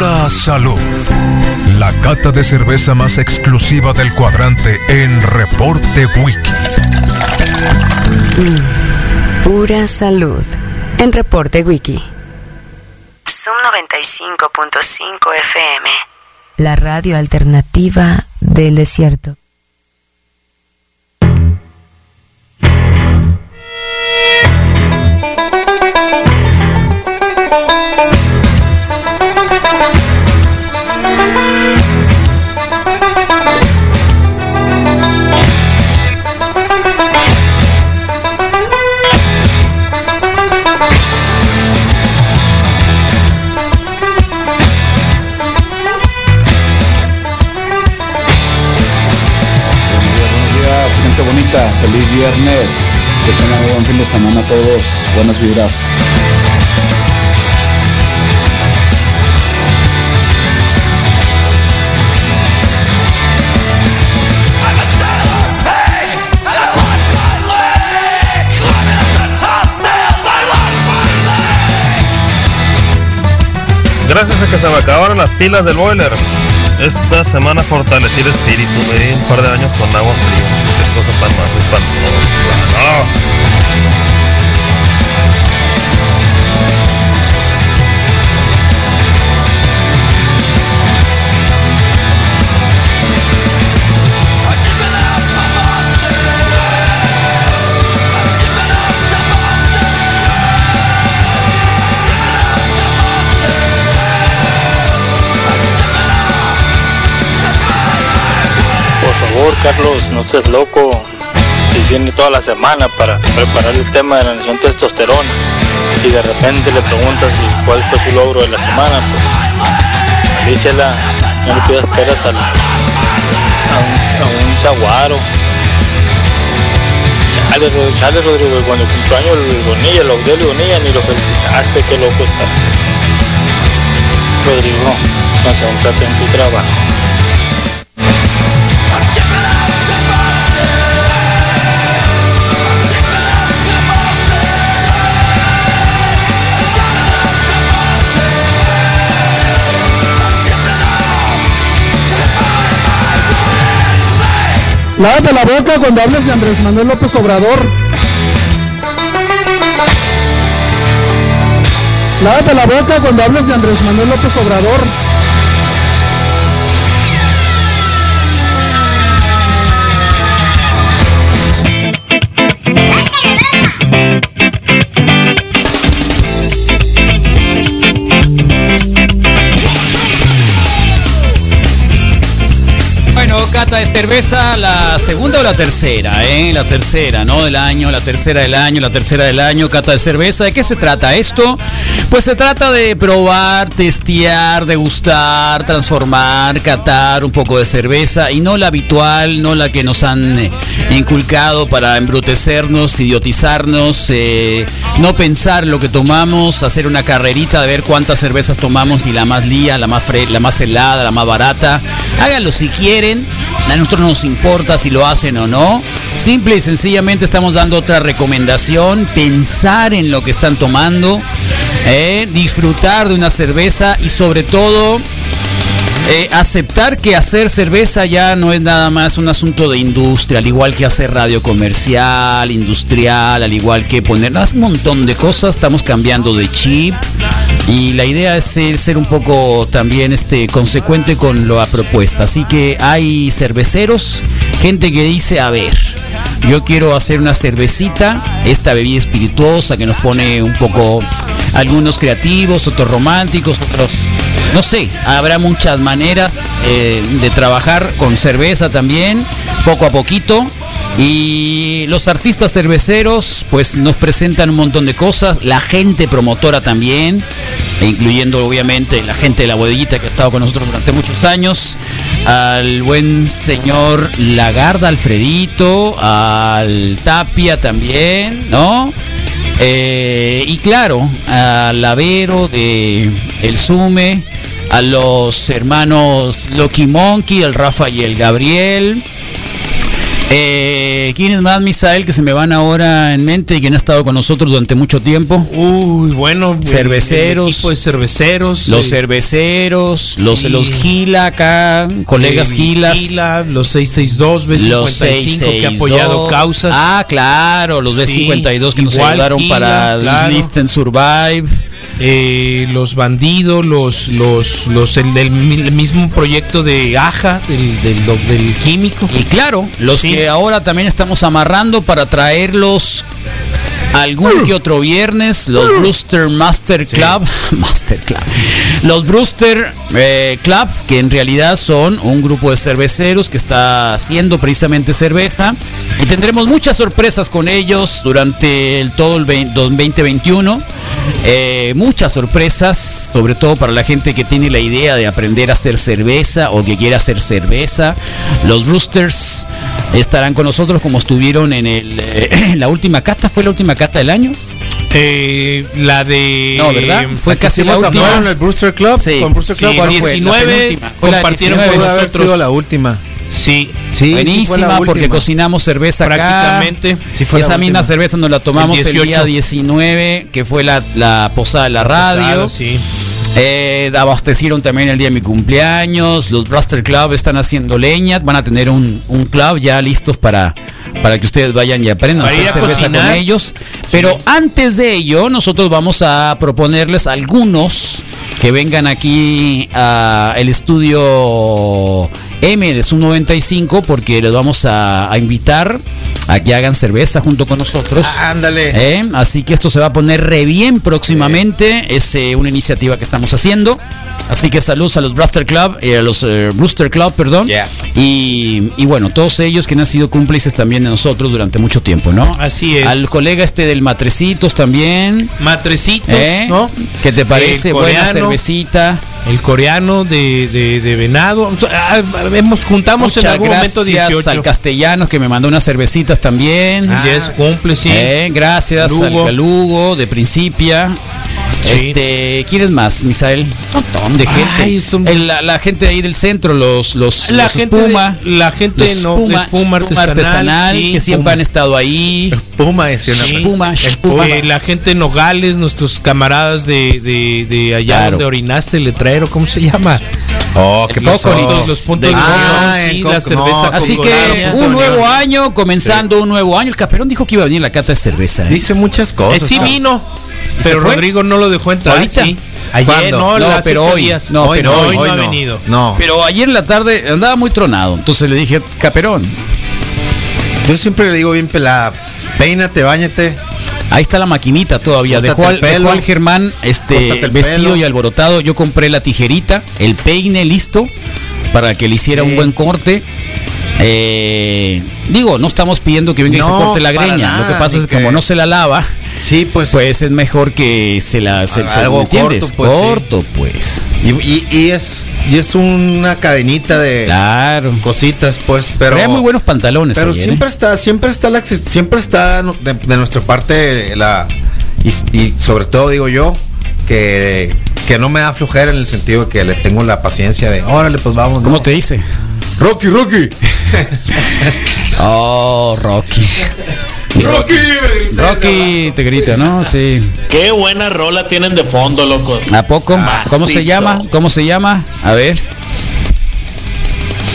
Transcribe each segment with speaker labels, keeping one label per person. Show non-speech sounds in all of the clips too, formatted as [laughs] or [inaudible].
Speaker 1: más salud. La cata de cerveza más exclusiva del cuadrante en Reporte Wiki.
Speaker 2: Mm, pura salud. En Reporte Wiki.
Speaker 3: Zoom 95.5 FM.
Speaker 2: La radio alternativa del desierto.
Speaker 4: feliz viernes, que tengan un buen fin de semana a todos, buenas vibras.
Speaker 5: Gracias a que se me acabaron las pilas del boiler. Esta semana fortalecí el espíritu, me di un par de años con agua fría. Qué cosa tan más espantosa.
Speaker 6: Carlos, no seas loco. Si viene toda la semana para preparar el tema de la nación testosterona y de repente le preguntas si cuál fue su logro de la semana, pues alíciala, no le pidas peras a, la, a, un, a un chaguaro. Chale, chale Rodrigo, cuando el cumpleaños el Bonilla, el Audelio Bonilla, ni lo felicitaste, qué loco está. Rodrigo, no se un en tu trabajo.
Speaker 7: Lávate la boca cuando hables de Andrés Manuel López Obrador. Lávate la boca cuando hables de Andrés Manuel López Obrador.
Speaker 8: cata de cerveza, la segunda o la tercera, ¿eh? La tercera, ¿no? Del año, la tercera del año, la tercera del año, cata de cerveza. ¿De qué se trata esto? Pues se trata de probar, testear, degustar, transformar, catar un poco de cerveza y no la habitual, no la que nos han eh, inculcado para embrutecernos, idiotizarnos, eh, no pensar lo que tomamos, hacer una carrerita de ver cuántas cervezas tomamos y la más lía, la más, fre la más helada, la más barata. Háganlo si quieren. A nosotros nos importa si lo hacen o no. Simple y sencillamente estamos dando otra recomendación. Pensar en lo que están tomando. Eh, disfrutar de una cerveza y sobre todo eh, aceptar que hacer cerveza ya no es nada más un asunto de industria, al igual que hacer radio comercial, industrial, al igual que poner un montón de cosas, estamos cambiando de chip y la idea es ser, ser un poco también este, consecuente con la propuesta. Así que hay cerveceros, gente que dice, a ver, yo quiero hacer una cervecita, esta bebida espirituosa que nos pone un poco algunos creativos, otros románticos, otros, no sé, habrá muchas maneras eh, de trabajar con cerveza también, poco a poquito. Y los artistas cerveceros pues nos presentan un montón de cosas, la gente promotora también, E incluyendo obviamente la gente de la bodeguita que ha estado con nosotros durante muchos años, al buen señor Lagarda Alfredito, al Tapia también, ¿no? Eh, y claro, al Lavero de El Sume, a los hermanos Loki Monkey, el Rafa y el Gabriel. Eh, ¿Quiénes más, Misael, que se me van ahora en mente y que han estado con nosotros durante mucho tiempo?
Speaker 9: Uy, bueno. el-
Speaker 8: Cerveceros.
Speaker 9: el equipo de cerveceros.
Speaker 8: Los
Speaker 9: eh,
Speaker 8: cerveceros, los,
Speaker 9: Sí.
Speaker 8: los Gila acá, colegas
Speaker 9: eh,
Speaker 8: Gilas.
Speaker 9: Gila, los 662, B55,
Speaker 8: Los
Speaker 9: que ha apoyado
Speaker 8: 662.
Speaker 9: causas.
Speaker 8: Ah, claro, los D52 que nos
Speaker 9: igual
Speaker 8: ayudaron
Speaker 9: Gila,
Speaker 8: para
Speaker 9: claro.
Speaker 8: Lift and Survive.
Speaker 9: eh, los bandidos, los, los, los, el del mi- el mismo proyecto de Aja, del, del, lo- del químico.
Speaker 8: Y claro, los
Speaker 9: Sí.
Speaker 8: que ahora también estamos amarrando para traerlos algún que otro viernes, los Brewster Master Club, [laughs] Master Club, los Brewster eh, Club, que en realidad son un grupo de cerveceros que está haciendo precisamente cerveza. Y tendremos muchas sorpresas con ellos durante el, todo el 20 2021. Eh, muchas sorpresas, sobre todo para la gente que tiene la idea de aprender a hacer cerveza o que quiere hacer cerveza. Los Roosters estarán con nosotros como estuvieron en el, eh, [clears throat] la última cata. ¿Fue la última cata del año?
Speaker 9: Eh, la de. em,
Speaker 8: No,
Speaker 10: Eh,
Speaker 8: ¿verdad? Fue casi la última.
Speaker 10: Fueron el Brewster Club
Speaker 8: Sí.
Speaker 10: con Brewster
Speaker 9: Sí,
Speaker 10: Club.
Speaker 9: la
Speaker 10: ¿cuál fue?
Speaker 9: 19
Speaker 8: penúltima. Fue la
Speaker 9: compartieron
Speaker 8: de
Speaker 10: Pudo
Speaker 9: con
Speaker 8: 19,
Speaker 10: haber sido
Speaker 9: nosotros.
Speaker 10: la última.
Speaker 9: Sí,
Speaker 10: Sí, sí fue la
Speaker 8: Buenísima, porque
Speaker 10: última.
Speaker 8: cocinamos cerveza acá.
Speaker 9: prácticamente.
Speaker 10: Sí fue la
Speaker 8: Esa misma
Speaker 10: última.
Speaker 8: cerveza nos la tomamos el,
Speaker 9: El
Speaker 8: día
Speaker 9: 18.
Speaker 8: 19, que fue la, la posada de la radio.
Speaker 9: Claro, sí.
Speaker 8: Eh, abastecieron también el día de mi cumpleaños. Los Blaster Club están haciendo leña. Van a tener un, un club ya listos para, para que ustedes vayan y aprendan
Speaker 9: Para
Speaker 8: a hacer
Speaker 9: ir a
Speaker 8: cerveza
Speaker 9: cocinar.
Speaker 8: con ellos. Pero antes de ello, nosotros vamos a proponerles algunos que vengan aquí al estudio M de Sub 95 porque les vamos a, a invitar a que hagan cerveza junto con
Speaker 9: Pues,
Speaker 8: nosotros.
Speaker 9: Ah,
Speaker 10: Ah, Ándale.
Speaker 8: ¿Eh? [laughs] Así que esto se va a poner re bien próximamente. Es eh, una iniciativa que estamos haciendo. Así que saludos a los Brewster Club, eh, a los eh, Brewster Club, perdón.
Speaker 10: Yeah.
Speaker 8: Y, y bueno, todos ellos que han sido cómplices también de nosotros durante mucho tiempo, ¿no?
Speaker 9: Así es.
Speaker 8: Al colega este del Matrecitos también.
Speaker 9: Matrecitos,
Speaker 8: ¿eh?
Speaker 9: ¿no?
Speaker 8: ¿Qué te parece?
Speaker 9: El
Speaker 8: Buena
Speaker 9: coreano.
Speaker 8: cervecita.
Speaker 9: El coreano de, de, de Venado. Ah, Hemos, juntamos en
Speaker 8: Muchas
Speaker 9: algún momento
Speaker 8: gracias
Speaker 9: 18.
Speaker 8: al castellano que me mandó unas cervecitas también.
Speaker 9: Ah. Y es cumple, sí.
Speaker 8: Eh, gracias
Speaker 9: Lugo.
Speaker 8: al Lugo de Principia.
Speaker 9: Sí.
Speaker 8: Este, ¿quién es más, Misael? Un montón de gente.
Speaker 9: Ay, son-
Speaker 8: El- la, la gente de ahí del centro, los, los,
Speaker 9: la
Speaker 8: los
Speaker 9: gente
Speaker 8: espuma.
Speaker 9: de- la gente
Speaker 8: los
Speaker 9: no,
Speaker 8: espuma,
Speaker 9: de espuma
Speaker 8: espuma
Speaker 9: artesanal,
Speaker 8: artesanal,
Speaker 9: sí,
Speaker 8: que siempre
Speaker 9: espuma.
Speaker 8: han estado ahí.
Speaker 10: Puma es una-
Speaker 9: Sí.
Speaker 8: Espuma, espuma.
Speaker 9: Eh, la gente de Nogales, nuestros camaradas de, de, de allá
Speaker 8: Claro.
Speaker 9: donde orinaste el letrero, ¿cómo se llama?
Speaker 10: Oh, qué
Speaker 9: Los
Speaker 10: pasó.
Speaker 9: puntos- los puntos
Speaker 8: De-
Speaker 9: de
Speaker 10: Ah,
Speaker 9: unión,
Speaker 10: en
Speaker 9: sí,
Speaker 10: Coco-
Speaker 9: la cerveza.
Speaker 10: no,
Speaker 8: Así que
Speaker 10: Colorado,
Speaker 8: un nuevo
Speaker 10: Colorado.
Speaker 8: año, comenzando un nuevo año. El Caperón dijo que iba a venir la cata de cerveza. ¿eh?
Speaker 10: Dice muchas
Speaker 9: Eh,
Speaker 10: cosas.
Speaker 9: sí
Speaker 10: cabrón.
Speaker 9: vino,
Speaker 8: ¿Y se
Speaker 9: pero
Speaker 8: fue?
Speaker 9: Rodrigo no lo dejó entrar.
Speaker 8: ¿Ahorita?
Speaker 9: sí. Ayer
Speaker 10: ¿Cuándo?
Speaker 9: no,
Speaker 8: No,
Speaker 9: hace
Speaker 8: pero
Speaker 9: ocho
Speaker 8: hoy.
Speaker 9: días.
Speaker 10: No,
Speaker 9: pero hoy no ha
Speaker 10: no.
Speaker 9: venido.
Speaker 10: No.
Speaker 8: Pero ayer en la tarde andaba muy tronado. Entonces le dije, Caperón,
Speaker 10: Yo siempre le digo bien pelada, peínate, bañate.
Speaker 8: Ahí está la maquinita todavía. De
Speaker 10: Córtate
Speaker 8: cuál,
Speaker 10: el pelo.
Speaker 8: Germán, este
Speaker 10: Córtate el
Speaker 8: vestido
Speaker 10: pelo.
Speaker 8: y alborotado. Yo compré la tijerita, el peine listo para que le hiciera un
Speaker 10: Sí.
Speaker 8: buen corte. Eh, digo, no estamos pidiendo que venga y se
Speaker 10: No,
Speaker 8: corte la
Speaker 10: para
Speaker 8: greña.
Speaker 10: nada,
Speaker 8: Lo que pasa
Speaker 10: ni
Speaker 8: es que
Speaker 10: que-
Speaker 8: como no se la lava,
Speaker 10: Sí, pues.
Speaker 8: pues es mejor que se la se, se-
Speaker 10: Algo
Speaker 8: ¿me entiendes?
Speaker 10: corto, pues, sí.
Speaker 8: corto, pues.
Speaker 10: y, y- y es y es una cadenita de
Speaker 8: Claro.
Speaker 10: cositas, pues, pero
Speaker 8: Traía muy buenos pantalones.
Speaker 10: Pero
Speaker 8: ayer, ¿eh?
Speaker 10: siempre está, siempre está la acce- siempre está no- de, de nuestra parte la y, y sobre todo digo yo que que no me da flojera en el sentido de que le tengo la paciencia de, órale, pues vamos.
Speaker 8: ¿Cómo
Speaker 10: ¿no?
Speaker 8: te dice?
Speaker 10: Rocky, Rocky.
Speaker 8: Oh, Rocky.
Speaker 10: Rocky.
Speaker 8: Rocky te grita, ¿no? Sí.
Speaker 11: Qué buena rola tienen de fondo, loco.
Speaker 8: ¿A poco?
Speaker 11: Ah,
Speaker 8: ¿Cómo
Speaker 11: sí,
Speaker 8: se llama?
Speaker 11: son.
Speaker 8: ¿Cómo se llama? A ver.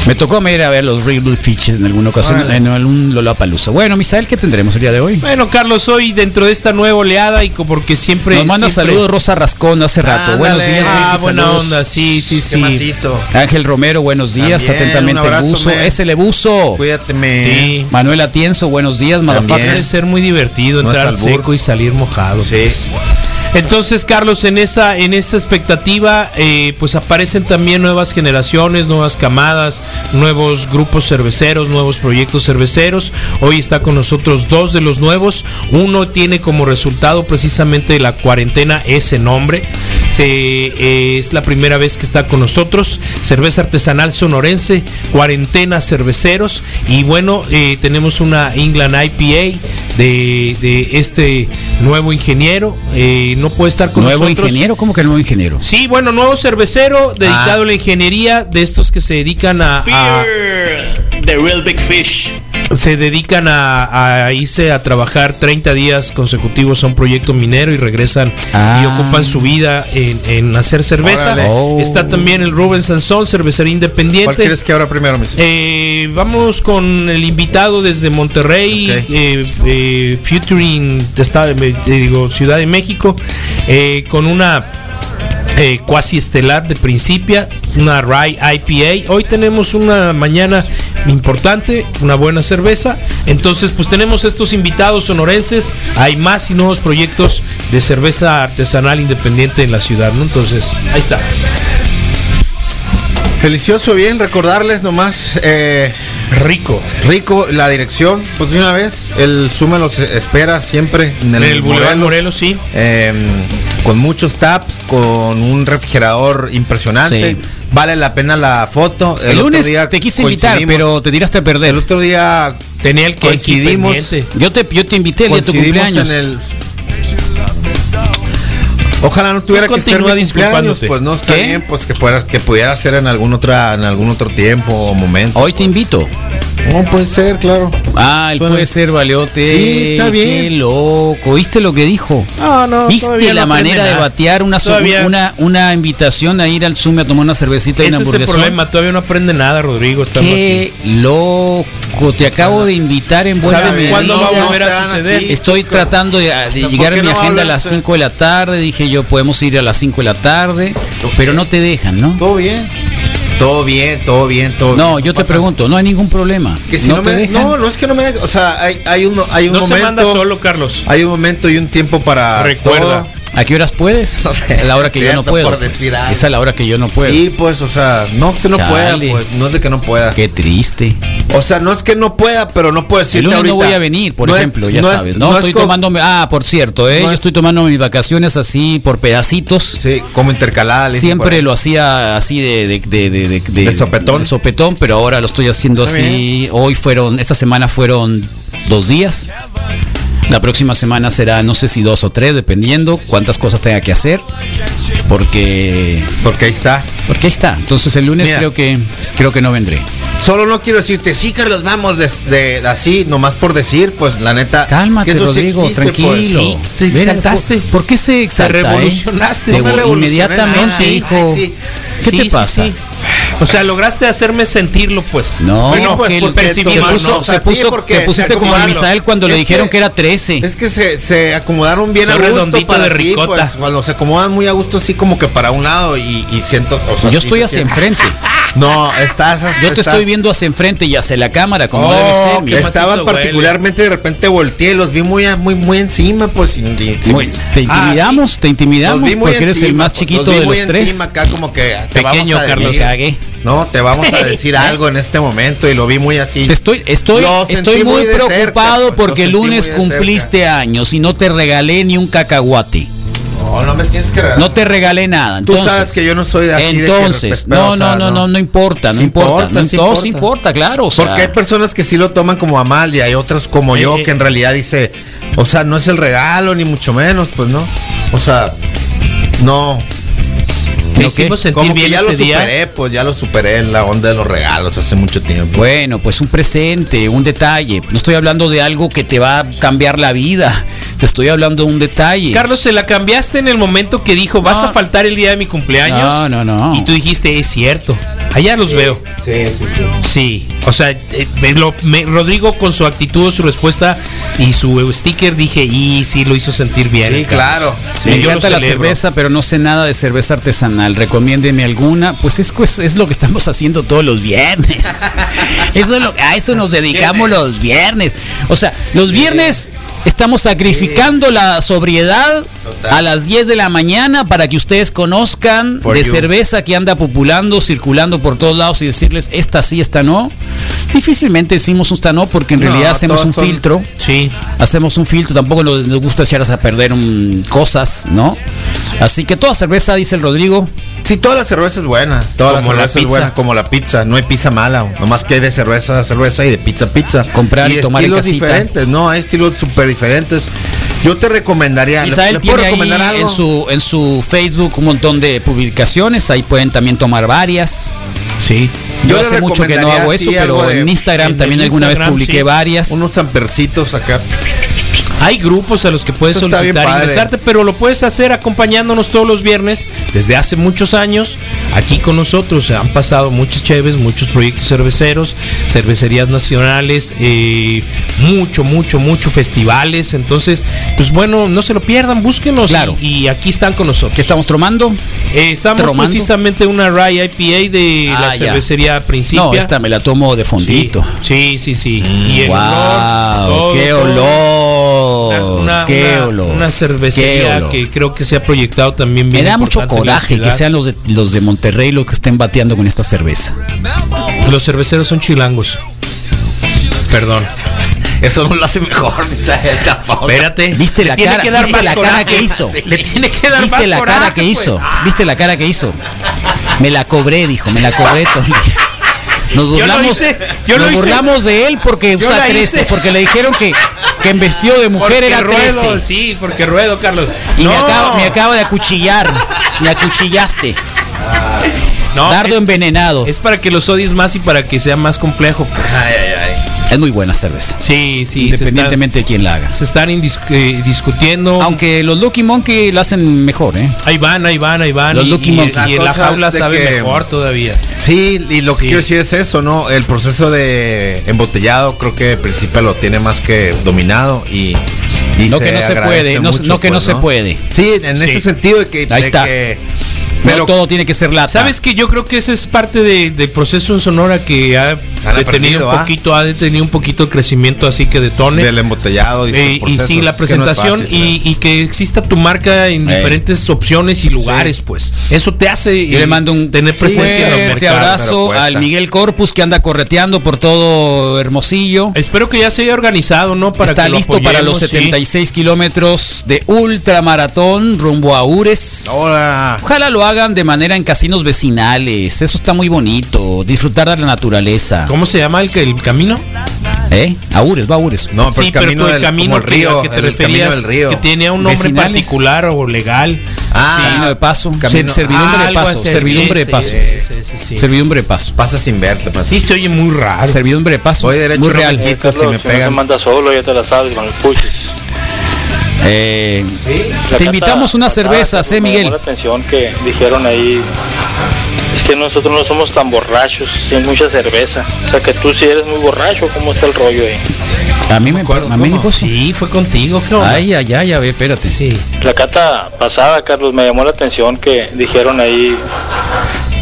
Speaker 8: Me tocó me ir a ver los Rebel Features en alguna ocasión,
Speaker 10: Órale.
Speaker 8: en algún Lollapalooza. Bueno, Misael, ¿qué tendremos el día de hoy?
Speaker 9: Bueno, Carlos, hoy dentro de esta nueva oleada y co- porque siempre.
Speaker 8: Nos manda
Speaker 9: siempre-
Speaker 8: saludos Rosa Rascón hace rato.
Speaker 10: Ándale.
Speaker 8: Buenos días,
Speaker 9: Ah,
Speaker 8: Ricky,
Speaker 9: buena
Speaker 8: saludos.
Speaker 9: onda, sí, sí,
Speaker 10: ¿Qué
Speaker 9: sí.
Speaker 10: más hizo?
Speaker 8: Ángel Romero, buenos días.
Speaker 10: También,
Speaker 8: Atentamente,
Speaker 10: un abrazo,
Speaker 8: Buzo.
Speaker 10: man.
Speaker 8: Es el Buzo.
Speaker 10: Cuídate, me.
Speaker 9: Sí.
Speaker 8: Manuel Atienzo, buenos días,
Speaker 9: Aparte
Speaker 8: motherfucker.
Speaker 9: de
Speaker 10: Yes.
Speaker 9: ser muy divertido
Speaker 10: No es
Speaker 9: entrar
Speaker 10: albur.
Speaker 9: seco y salir mojado.
Speaker 10: Sí.
Speaker 9: Entonces, Carlos, en esa, en esa expectativa, eh, pues aparecen también nuevas generaciones, nuevas camadas, nuevos grupos cerveceros, nuevos proyectos cerveceros. Hoy está con nosotros dos de los nuevos. Uno tiene como resultado precisamente de la cuarentena ese nombre. Se- eh, es la primera vez que está con nosotros. Cerveza artesanal sonorense, cuarentena cerveceros. Y bueno, eh, tenemos una England IPA de, de este nuevo ingeniero. Eh, no puede estar con
Speaker 8: Nuevo
Speaker 9: nosotros.
Speaker 8: ingeniero, ¿cómo que nuevo ingeniero?
Speaker 9: Sí, bueno, nuevo cervecero dedicado
Speaker 8: Ah.
Speaker 9: a la ingeniería de estos que se dedican a, a-
Speaker 11: Ah, The Real Big Fish.
Speaker 9: se dedican a, a irse a trabajar 30 días consecutivos a un proyecto minero y regresan y ocupan su vida en, en hacer cerveza.
Speaker 10: Ah. Órale. Oh.
Speaker 9: Está también el Rubén Sansón, cervecería independiente.
Speaker 10: ¿Cuál crees que ahora primero, mis?
Speaker 9: Eh, vamos con el invitado desde Monterrey, eh, eh, featuring de esta- eh, digo, Ciudad de México, eh, con una eh, cuasi estelar de Principia, es una Rye IPA. Hoy tenemos una mañana importante, una buena cerveza. Entonces, pues tenemos estos invitados sonorenses. Hay más y nuevos proyectos de cerveza artesanal independiente en la ciudad, ¿no? Entonces, ahí está.
Speaker 10: Delicioso, bien, recordarles nomás. eh,
Speaker 9: rico.
Speaker 10: Rico, la dirección, pues de una vez, el Sume los espera siempre en el,
Speaker 9: En el Boulevard Morelos, sí.
Speaker 10: eh, con muchos taps, con un refrigerador impresionante.
Speaker 8: Sí.
Speaker 10: Vale la pena la foto.
Speaker 8: El lunes te quise invitar,
Speaker 10: coincidimos-
Speaker 8: pero te tiraste a perder. El
Speaker 10: otro día
Speaker 9: tenía el
Speaker 8: que
Speaker 10: coincidimos-
Speaker 8: Yo te, yo te invité el día de tu
Speaker 10: coincidimos
Speaker 8: cumpleaños.
Speaker 10: en el- Ojalá no tuviera
Speaker 8: Tú
Speaker 10: que ser mi
Speaker 8: continúa
Speaker 10: cumpleaños,
Speaker 8: disculpándote.
Speaker 10: pues no está
Speaker 8: ¿Qué?
Speaker 10: bien, pues que pudiera, que pudiera ser en algún otra, en algún otro tiempo o momento.
Speaker 8: Hoy te invito.
Speaker 10: No puede ser, claro.
Speaker 8: Ah, él puede ser Valeote.
Speaker 10: Sí, está
Speaker 8: Qué
Speaker 10: bien.
Speaker 8: loco. ¿Viste lo que dijo?
Speaker 9: Ah, No, no,
Speaker 8: ¿Viste
Speaker 9: todavía
Speaker 8: la
Speaker 9: no
Speaker 8: manera
Speaker 9: aprende
Speaker 8: de
Speaker 9: nada.
Speaker 8: batear una, so-
Speaker 9: Todavía-
Speaker 8: una, una invitación a ir al Zoom a tomar una cervecita y
Speaker 9: Ese
Speaker 8: una
Speaker 9: es el
Speaker 8: hamburguesa?
Speaker 9: problema, todavía no aprende nada, Rodrigo. estando
Speaker 8: Qué loco, te acabo de invitar en buena
Speaker 9: ¿Sabes
Speaker 8: medida.
Speaker 9: cuándo va a volver a
Speaker 10: sean
Speaker 9: suceder?
Speaker 10: así.
Speaker 8: Estoy tratando de, de
Speaker 10: ¿Por
Speaker 8: llegar a
Speaker 10: qué
Speaker 8: mi
Speaker 10: no
Speaker 8: agenda a
Speaker 10: hablas,
Speaker 8: las
Speaker 10: eh?
Speaker 8: 5 de la tarde. Dije yo, podemos ir a las 5 de la tarde, pero no te dejan, ¿no?
Speaker 10: Todo bien. Todo bien, todo bien, todo
Speaker 8: No,
Speaker 10: bien,
Speaker 8: yo te
Speaker 10: pasa.
Speaker 8: pregunto, no hay ningún problema.
Speaker 10: Que si no,
Speaker 8: te
Speaker 10: me-
Speaker 8: dejan.
Speaker 10: no, no es que no me dejan. O sea, hay, hay un, hay un
Speaker 9: No
Speaker 10: momento.
Speaker 9: se manda solo, Carlos.
Speaker 10: Hay un momento y un tiempo para.
Speaker 9: Recuerda.
Speaker 10: todo.
Speaker 8: ¿A qué horas puedes?
Speaker 10: [laughs] No sé,
Speaker 8: a la hora que yo no
Speaker 10: cierto,
Speaker 8: puedo.
Speaker 10: por decir
Speaker 8: pues.
Speaker 10: algo.
Speaker 8: Esa es la hora que yo no puedo.
Speaker 10: Sí, pues, o sea, no se no
Speaker 8: Chale.
Speaker 10: pueda, pues. No es de que no pueda.
Speaker 8: Qué triste.
Speaker 10: O sea, no es que no pueda, pero no puedo decirte
Speaker 8: el lunes
Speaker 10: ahorita.
Speaker 8: no voy a venir, por
Speaker 10: No es-
Speaker 8: ejemplo, ya
Speaker 10: no es-
Speaker 8: sabes. no,
Speaker 10: no es
Speaker 8: estoy
Speaker 10: co-
Speaker 8: tomando. Ah, por cierto, eh,
Speaker 10: No
Speaker 8: yo
Speaker 10: es-
Speaker 8: estoy tomando mis vacaciones así por pedacitos.
Speaker 10: Sí, como intercalada. le dicen por
Speaker 8: Siempre
Speaker 10: ahí.
Speaker 8: lo hacía así de, de, de- de- de- de-
Speaker 10: De sopetón.
Speaker 8: de sopetón, pero ahora lo estoy haciendo
Speaker 10: Está
Speaker 8: así. Hoy fueron, esta semana fueron dos días. La próxima semana será, no sé si dos o tres, dependiendo cuántas cosas tenga que hacer. Porque,
Speaker 10: Porque ahí está.
Speaker 8: porque ahí está. Entonces el lunes
Speaker 10: Mira.
Speaker 8: creo que, creo que no vendré.
Speaker 10: Solo no quiero decirte, sí, Carlos, vamos de, de- de así, nomás por decir, pues la neta.
Speaker 8: Cálmate,
Speaker 10: que eso sí
Speaker 8: Rodrigo,
Speaker 10: existe, pues.
Speaker 8: tranquilo.
Speaker 10: Sí.
Speaker 9: te
Speaker 8: Mira,
Speaker 9: exaltaste.
Speaker 8: ¿Por, por qué se exalta? eh?
Speaker 9: revolucionaste.
Speaker 8: Te
Speaker 9: No me
Speaker 8: vo-
Speaker 10: revolucioné nada.
Speaker 8: inmediatamente,
Speaker 10: Sí,
Speaker 8: hijo.
Speaker 10: sí.
Speaker 8: ¿Qué
Speaker 9: Sí,
Speaker 8: te
Speaker 9: sí,
Speaker 8: pasa?
Speaker 9: sí. O sea, lograste hacerme sentirlo, pues.
Speaker 8: No,
Speaker 10: Sí, pues,
Speaker 8: que el-
Speaker 10: porque
Speaker 8: se
Speaker 10: tomaron,
Speaker 8: puso,
Speaker 10: o sea,
Speaker 8: se puso-
Speaker 10: sí, porque
Speaker 8: te pusiste
Speaker 10: se
Speaker 8: como a
Speaker 10: acomodaron.
Speaker 8: Misael cuando le
Speaker 10: Es
Speaker 8: dijeron
Speaker 10: que-
Speaker 8: que era 13.
Speaker 10: Es que se, se acomodaron bien
Speaker 9: Son
Speaker 10: a gusto
Speaker 9: redondito
Speaker 10: para
Speaker 9: de
Speaker 10: sí,
Speaker 9: ricota.
Speaker 10: pues, cuando se acomodan muy a gusto así como que para un lado y, y siento, o sea,
Speaker 8: Yo
Speaker 10: sí
Speaker 8: estoy
Speaker 10: se
Speaker 8: hacia
Speaker 10: siente-
Speaker 8: enfrente.
Speaker 10: [laughs] No, estás hacia-
Speaker 8: Yo te
Speaker 10: estás-
Speaker 8: estoy viendo hacia enfrente y hacia la cámara, como
Speaker 9: Oh,
Speaker 8: debe ser. mi
Speaker 9: qué
Speaker 8: hijo.
Speaker 10: Estaban
Speaker 9: macizo,
Speaker 10: particularmente de repente volteé, los vi muy a- muy muy encima, pues y- y- sí,
Speaker 8: Muy-
Speaker 10: sí.
Speaker 8: te intimidamos, te
Speaker 10: Los
Speaker 8: intimidamos
Speaker 10: vi muy
Speaker 8: porque eres el
Speaker 10: encima,
Speaker 8: más
Speaker 10: pues,
Speaker 8: chiquito
Speaker 10: los vi
Speaker 8: de
Speaker 10: muy
Speaker 8: los tres.
Speaker 10: encima acá como que te
Speaker 8: Pequeño,
Speaker 10: vamos a
Speaker 8: Carlos,
Speaker 10: decir-
Speaker 8: cagué.
Speaker 10: No, te vamos
Speaker 8: [laughs]
Speaker 10: a decir algo en este momento y lo vi muy así.
Speaker 8: Te estoy, estoy,
Speaker 10: Lo
Speaker 8: estoy
Speaker 10: sentí
Speaker 8: muy
Speaker 10: de cerca,
Speaker 8: preocupado
Speaker 10: pues, lo
Speaker 8: porque el
Speaker 10: sentí
Speaker 8: lunes
Speaker 10: muy de cerca.
Speaker 8: cumpliste años y no te regalé ni un cacahuate.
Speaker 10: No, no me tienes que regalar.
Speaker 8: No te regalé nada.
Speaker 10: Tú
Speaker 8: Entonces,
Speaker 10: sabes que yo no soy de así de que
Speaker 8: Entonces,
Speaker 10: respeto,
Speaker 8: no,
Speaker 10: o
Speaker 8: no,
Speaker 10: sea,
Speaker 8: no, no, no importa, no
Speaker 10: Sí
Speaker 8: importa. No,
Speaker 10: sí
Speaker 8: no, sí importa, claro. o sea,
Speaker 10: Porque hay personas que sí lo toman como a mal y hay otras como
Speaker 9: Eh,
Speaker 10: yo
Speaker 9: eh.
Speaker 10: que en realidad dice, o sea, no es el regalo ni mucho menos, pues no. O sea, no.
Speaker 9: Te
Speaker 8: ¿no
Speaker 9: hicimos
Speaker 8: qué?
Speaker 9: sentir
Speaker 10: Como que
Speaker 9: bien
Speaker 10: ya lo
Speaker 9: ese día.
Speaker 10: superé, pues ya lo superé en la onda de los regalos hace mucho tiempo.
Speaker 8: Bueno, pues un presente, un detalle. No estoy hablando de algo que te va a cambiar la vida. Te estoy hablando de un detalle.
Speaker 9: Carlos, se la cambiaste en el momento que dijo, vas
Speaker 8: No.
Speaker 9: a faltar el día de mi cumpleaños.
Speaker 8: No, no, no.
Speaker 9: Y tú dijiste, es cierto. Allá los veo.
Speaker 10: Sí, sí, sí.
Speaker 9: Sí, o sea, eh, me lo- me- Rodrigo con su actitud, su respuesta y su sticker dije, y sí lo hizo sentir bien.
Speaker 10: Sí, claro. Sí.
Speaker 8: Me
Speaker 9: yo
Speaker 8: encanta
Speaker 9: lo
Speaker 8: la
Speaker 9: celebro.
Speaker 8: cerveza, pero no sé nada de cerveza artesanal. Recomiéndeme alguna. Pues es, pues, es lo que estamos [laughs] haciendo todos los viernes. [laughs] Eso es lo, a eso nos dedicamos los viernes. O sea, los viernes estamos sacrificando la sobriedad
Speaker 10: Total.
Speaker 8: a las 10 de la mañana para que ustedes conozcan
Speaker 10: For
Speaker 8: de
Speaker 10: you.
Speaker 8: cerveza que anda populando, circulando por todos lados y decirles esta sí, esta no. Difícilmente decimos un esta no porque en
Speaker 10: No,
Speaker 8: realidad hacemos
Speaker 10: todas
Speaker 8: un
Speaker 10: son-
Speaker 8: filtro
Speaker 9: Sí,
Speaker 8: hacemos un filtro, tampoco nos, nos gusta echarlas a perder mm, cosas, ¿no? Así que toda cerveza, dice el Rodrigo,
Speaker 10: Sí, toda la cerveza es buena. Toda la
Speaker 9: Como la
Speaker 10: cerveza es
Speaker 9: pizza.
Speaker 10: buena, como la pizza. No hay pizza mala. Nomás que hay de cerveza a cerveza y de pizza a pizza.
Speaker 8: Comprar y
Speaker 10: de
Speaker 8: tomar en
Speaker 10: estilos
Speaker 8: casita.
Speaker 10: diferentes, ¿no? Hay estilos súper diferentes. Yo te
Speaker 9: Ah,
Speaker 10: recomendaría.
Speaker 8: Israel
Speaker 10: ¿le puedo
Speaker 8: tiene ahí
Speaker 10: recomendar algo?
Speaker 8: en su, en su Facebook un montón de publicaciones, ahí pueden también tomar varias.
Speaker 9: Sí.
Speaker 8: Yo, hace mucho que no hago eso, pero en Instagram también alguna vez publiqué varias.
Speaker 10: Unos zampercitos acá.
Speaker 9: Hay grupos a los que puedes
Speaker 10: Eso está bien
Speaker 9: solicitar
Speaker 10: padre.
Speaker 9: ingresarte, pero lo puedes hacer acompañándonos todos los viernes desde hace muchos años aquí con nosotros. Han pasado muchas chéves, muchos proyectos cerveceros, cervecerías nacionales, eh, mucho, mucho, mucho festivales. Entonces, pues bueno, no se lo pierdan, búsquenos.
Speaker 8: Claro.
Speaker 9: Y, y aquí están con nosotros.
Speaker 8: ¿Qué estamos tomando?
Speaker 9: Eh, estamos
Speaker 8: ¿Tromando?
Speaker 9: precisamente una Rye IPA de
Speaker 8: Ah,
Speaker 9: la
Speaker 8: ya.
Speaker 9: cervecería principio.
Speaker 8: No, esta me la tomo de fondito.
Speaker 9: Sí, sí, sí. Y el
Speaker 8: wow,
Speaker 9: olor, todo,
Speaker 8: Mm, qué
Speaker 9: todo.
Speaker 8: olor.
Speaker 9: Una- una,
Speaker 8: qué
Speaker 9: una-
Speaker 8: olor.
Speaker 9: una cervecería
Speaker 8: qué olor.
Speaker 9: que creo que se ha proyectado también
Speaker 8: me
Speaker 9: bien.
Speaker 8: da mucho
Speaker 9: importante en la
Speaker 8: coraje que
Speaker 9: ciudad.
Speaker 8: sean los de, los de Monterrey los que estén bateando con esta cerveza.
Speaker 9: Los cerveceros son chilangos. Perdón.
Speaker 10: Eso no lo
Speaker 8: [laughs]
Speaker 10: hace mejor. [laughs]
Speaker 9: Espérate.
Speaker 8: ¿Viste
Speaker 9: Le
Speaker 8: la
Speaker 9: tiene
Speaker 8: cara,
Speaker 9: que dar
Speaker 8: ¿viste
Speaker 9: más
Speaker 8: la cara
Speaker 9: coraje.
Speaker 8: que hizo?
Speaker 9: Sí. [laughs] Le tiene que dar más
Speaker 8: ¿Viste la
Speaker 9: coraje,
Speaker 8: cara que
Speaker 9: pues.
Speaker 8: hizo? ¿Viste la cara que hizo? Me la cobré, dijo, me la
Speaker 9: [laughs]
Speaker 8: cobré, Tony. Nos
Speaker 9: lo
Speaker 8: burlamos,
Speaker 9: hice, yo
Speaker 8: nos
Speaker 9: lo hice.
Speaker 8: burlamos de él porque
Speaker 9: Yo
Speaker 8: usa
Speaker 9: la
Speaker 8: 13,
Speaker 9: hice.
Speaker 8: porque le dijeron que, que en vestido de mujer
Speaker 9: Porque
Speaker 8: era 13.
Speaker 9: ruedo, sí, porque ruedo, Carlos.
Speaker 8: Y me,
Speaker 9: No,
Speaker 8: acaba, me acaba de acuchillar, me acuchillaste.
Speaker 9: no,
Speaker 8: Dardo
Speaker 9: es,
Speaker 8: envenenado. Es,
Speaker 9: es para que los odies más y para que sea más complejo, pues.
Speaker 8: muy buena cerveza,
Speaker 9: Sí, sí.
Speaker 8: Ah,
Speaker 9: se
Speaker 8: eh, independientemente de quién la haga.
Speaker 9: están- Se están, indis- eh, discutiendo.
Speaker 8: Aunque los Lucky Monkey la hacen mejor, ¿eh?
Speaker 9: Ahí van, ahí van, ahí van.
Speaker 8: Los
Speaker 9: y,
Speaker 8: Lucky
Speaker 9: y-
Speaker 8: Monkey.
Speaker 9: y en la
Speaker 10: La cosa
Speaker 9: jaula
Speaker 10: es de
Speaker 9: sabe
Speaker 10: que-
Speaker 9: mejor todavía.
Speaker 10: Sí, y lo que
Speaker 9: Sí.
Speaker 10: quiero decir es eso, ¿no? El proceso de embotellado creo que de principio lo tiene más que dominado y... y
Speaker 8: No que no se
Speaker 10: agradece pues,
Speaker 8: puede, no- no que no se puede.
Speaker 10: Sí, en ese sentido de que...
Speaker 8: Ahí
Speaker 10: de
Speaker 8: está.
Speaker 10: que-
Speaker 8: no
Speaker 10: pero
Speaker 8: todo tiene que ser lata.
Speaker 9: Sabes que yo creo que ese es parte de- del proceso en Sonora que ha detenido
Speaker 10: aprendido,
Speaker 9: un
Speaker 10: ¿ah?
Speaker 9: poquito, ha detenido un poquito el crecimiento así que detone.
Speaker 10: del embotellado
Speaker 9: Eh,
Speaker 10: dice,
Speaker 9: y
Speaker 10: procesos,
Speaker 9: sí, la
Speaker 10: es que no es
Speaker 9: presentación
Speaker 10: fácil,
Speaker 9: y, y que exista tu marca en
Speaker 8: Eh.
Speaker 9: diferentes opciones y lugares,
Speaker 10: Sí.
Speaker 9: pues. Eso te hace
Speaker 8: Yo
Speaker 9: eh,
Speaker 8: le mando un
Speaker 9: tener presencia en los
Speaker 8: fuerte
Speaker 9: mercados.
Speaker 10: pero
Speaker 8: abrazo
Speaker 10: cuesta.
Speaker 8: al Miguel Corpus que anda correteando por todo Hermosillo.
Speaker 9: Espero que ya se haya organizado, ¿no? Para
Speaker 8: Está
Speaker 9: que lo
Speaker 8: listo para los
Speaker 9: apoyemos, sí.
Speaker 8: 76 kilómetros de ultramaratón rumbo a Ures.
Speaker 10: Ahora,
Speaker 8: Ojalá lo hagan de manera en casinos vecinales. Eso está muy bonito. Disfrutar de la naturaleza.
Speaker 9: ¿Cómo se llama el, que- el camino?
Speaker 8: ¿eh? A Ures, va a Ures.
Speaker 10: no, pero
Speaker 9: Sí,
Speaker 10: el camino
Speaker 9: tú
Speaker 10: del como el
Speaker 9: que- al
Speaker 10: río,
Speaker 9: que te
Speaker 10: el camino
Speaker 9: referías,
Speaker 10: del río.
Speaker 9: que tenía un nombre
Speaker 8: Vecinales.
Speaker 9: particular o legal.
Speaker 10: Ah,
Speaker 8: camino de paso.
Speaker 10: camino-
Speaker 8: Ser- servidumbre
Speaker 9: Ah,
Speaker 8: de
Speaker 9: algo
Speaker 8: paso.
Speaker 9: así,
Speaker 8: Servidumbre de
Speaker 9: sí,
Speaker 8: paso.
Speaker 9: sí, sí, sí, sí.
Speaker 8: Servidumbre de paso.
Speaker 10: Pasa sin verte, pasa.
Speaker 9: Sí, se oye muy raro.
Speaker 8: Servidumbre de paso.
Speaker 10: Voy derecho,
Speaker 8: Muy
Speaker 10: no me
Speaker 8: real.
Speaker 10: quito, si
Speaker 6: Carlos,
Speaker 10: me
Speaker 6: que No se
Speaker 10: pegan.
Speaker 6: manda solo, ya te la sabes con el puchis.
Speaker 8: Eh,
Speaker 6: La
Speaker 8: te
Speaker 6: carta-
Speaker 8: invitamos unas
Speaker 6: la carta,
Speaker 8: cervezas,
Speaker 6: Carlos,
Speaker 8: eh,
Speaker 6: me llamó
Speaker 8: Miguel.
Speaker 6: La atención que dijeron ahí es que nosotros no somos tan borrachos, sin mucha cerveza. O sea que tú si eres muy borracho, ¿cómo está el rollo ahí?
Speaker 8: A mí me,
Speaker 10: acuerdo,
Speaker 8: a mí
Speaker 10: ¿cómo?
Speaker 8: dijo sí.
Speaker 9: Sí, fue contigo, creo.
Speaker 8: Ay, ay, ay, a ver, espérate.
Speaker 6: La cata pasada, Carlos, me llamó la atención que dijeron ahí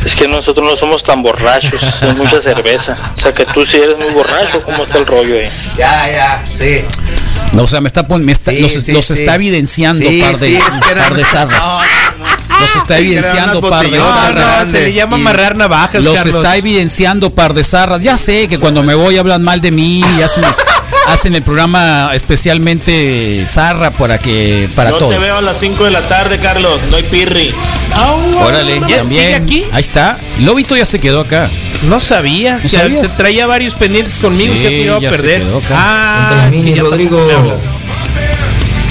Speaker 6: es que nosotros no somos tan borrachos, sin mucha cerveza. O sea que tú si eres muy borracho, ¿cómo está el rollo ahí?
Speaker 10: Ya, ya, sí.
Speaker 8: No, o sea, me está, pon- me está-
Speaker 10: Sí,
Speaker 8: los,
Speaker 10: sí,
Speaker 8: los
Speaker 10: sí.
Speaker 8: está evidenciando
Speaker 10: Sí,
Speaker 8: par de,
Speaker 10: sí, es que eran-
Speaker 8: par de zarras. Los está
Speaker 10: Es que eran
Speaker 8: evidenciando
Speaker 10: unas
Speaker 8: par de
Speaker 10: botellonas,
Speaker 9: No,
Speaker 8: zarras.
Speaker 9: Ah, no,
Speaker 10: Grandes.
Speaker 9: se le llama
Speaker 10: Y-
Speaker 9: amarrar navajas,
Speaker 8: Los
Speaker 9: Carlos.
Speaker 8: está evidenciando par de zarras. Ya sé que cuando me voy hablan mal de mí y
Speaker 10: [laughs]
Speaker 8: hacen, hacen el programa especialmente zarra para que para
Speaker 11: Yo
Speaker 8: todo.
Speaker 11: te veo a las 5 de la tarde, Carlos. No hay pirri.
Speaker 9: Ah,
Speaker 8: Órale,
Speaker 9: ¿Ya
Speaker 8: también.
Speaker 9: sigue aquí?
Speaker 8: Ahí está. Lobito ya se quedó acá.
Speaker 9: No sabía. que
Speaker 8: sabías?
Speaker 9: te traía varios pendientes conmigo
Speaker 8: Sí,
Speaker 9: y se ha tirado
Speaker 8: ya
Speaker 9: a
Speaker 8: se
Speaker 9: perder.
Speaker 8: quedó, Carlos.
Speaker 9: ah, es que ya tampoco se habla.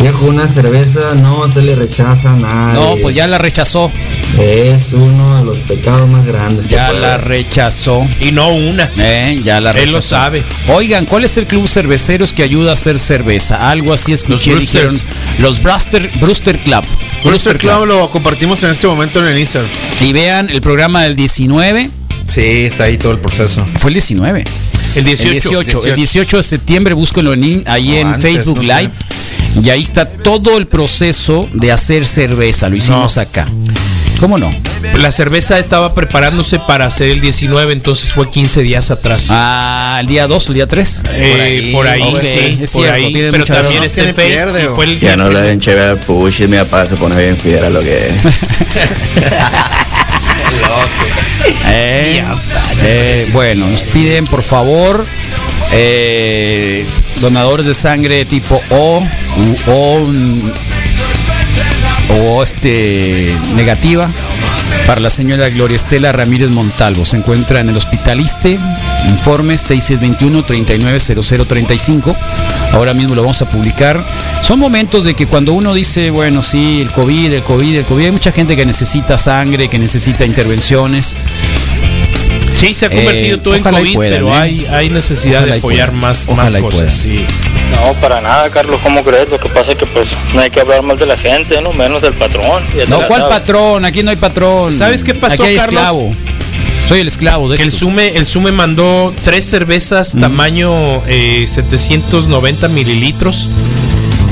Speaker 12: Ya con una cerveza no se le rechaza nada.
Speaker 8: No, pues ya la rechazó.
Speaker 12: Es uno de los pecados más grandes. que
Speaker 8: Ya
Speaker 10: pues.
Speaker 12: puede
Speaker 8: la
Speaker 12: haber.
Speaker 8: rechazó.
Speaker 9: Y no una.
Speaker 8: Eh, ya la
Speaker 9: Él lo
Speaker 8: rechazó.
Speaker 9: sabe.
Speaker 8: Oigan, ¿cuál es el club cerveceros que ayuda a hacer cerveza? Algo así escuché.
Speaker 9: Los
Speaker 8: dijeron
Speaker 9: Brewsters.
Speaker 8: los Bruster, Brewster Club.
Speaker 10: Brewster Club lo compartimos en este momento en el Instagram.
Speaker 8: Y vean el programa del 19.
Speaker 10: Sí, está ahí todo el proceso.
Speaker 8: Fue el 19.
Speaker 9: El 18.
Speaker 8: El 18, el 18 de septiembre, búsquenlo en, in- ahí
Speaker 10: No,
Speaker 8: en
Speaker 10: antes,
Speaker 8: Facebook
Speaker 10: no sé.
Speaker 8: Live. Y ahí está todo el proceso de hacer cerveza. Lo hicimos acá. ¿Cómo no?
Speaker 9: La cerveza estaba preparándose para hacer el 19, entonces fue 15 días atrás.
Speaker 8: Ah, el día 2, el día 3.
Speaker 9: Eh, por ahí,
Speaker 8: Ok,
Speaker 9: sí,
Speaker 8: pues, es
Speaker 9: por
Speaker 8: cierto,
Speaker 9: ahí,
Speaker 8: tiene
Speaker 9: pero
Speaker 8: mucha razón.
Speaker 9: también
Speaker 10: razón.
Speaker 9: este
Speaker 10: Tiene
Speaker 9: Face
Speaker 10: pierde,
Speaker 9: y
Speaker 10: o-
Speaker 9: fue el
Speaker 13: Ya no le den chévere al push y mi papá se pone bien fiera lo que es.
Speaker 8: Eh, eh, bueno, nos piden por favor eh, donadores de sangre tipo O u- o, un- o este negativa para la señora Gloria Estela Ramírez Montalvo. Se encuentra en el Hospitaliste. Informe 6621-390035. Ahora mismo lo vamos a publicar. Son momentos de que cuando uno dice, bueno, sí, el COVID, el COVID, el COVID, hay mucha gente que necesita sangre, que necesita intervenciones.
Speaker 9: Sí, se ha
Speaker 8: Eh,
Speaker 9: convertido todo en COVID, pero hay, hay necesidad de apoyar más, más cosas. sí.
Speaker 6: No, para nada, Carlos, ¿cómo crees? Lo que pasa es que pues no hay que hablar mal de la gente, no menos del patrón. Ya te
Speaker 8: No,
Speaker 6: la
Speaker 8: ¿cuál
Speaker 6: sabes.
Speaker 8: patrón? Aquí no hay patrón.
Speaker 9: ¿Sabes qué pasó,
Speaker 8: Aquí hay
Speaker 9: Carlos?
Speaker 8: esclavo. Soy el esclavo de
Speaker 9: Que el
Speaker 8: esto.
Speaker 9: Sume, el Sume mandó tres
Speaker 10: Mm.
Speaker 9: cervezas tamaño eh, 790 mililitros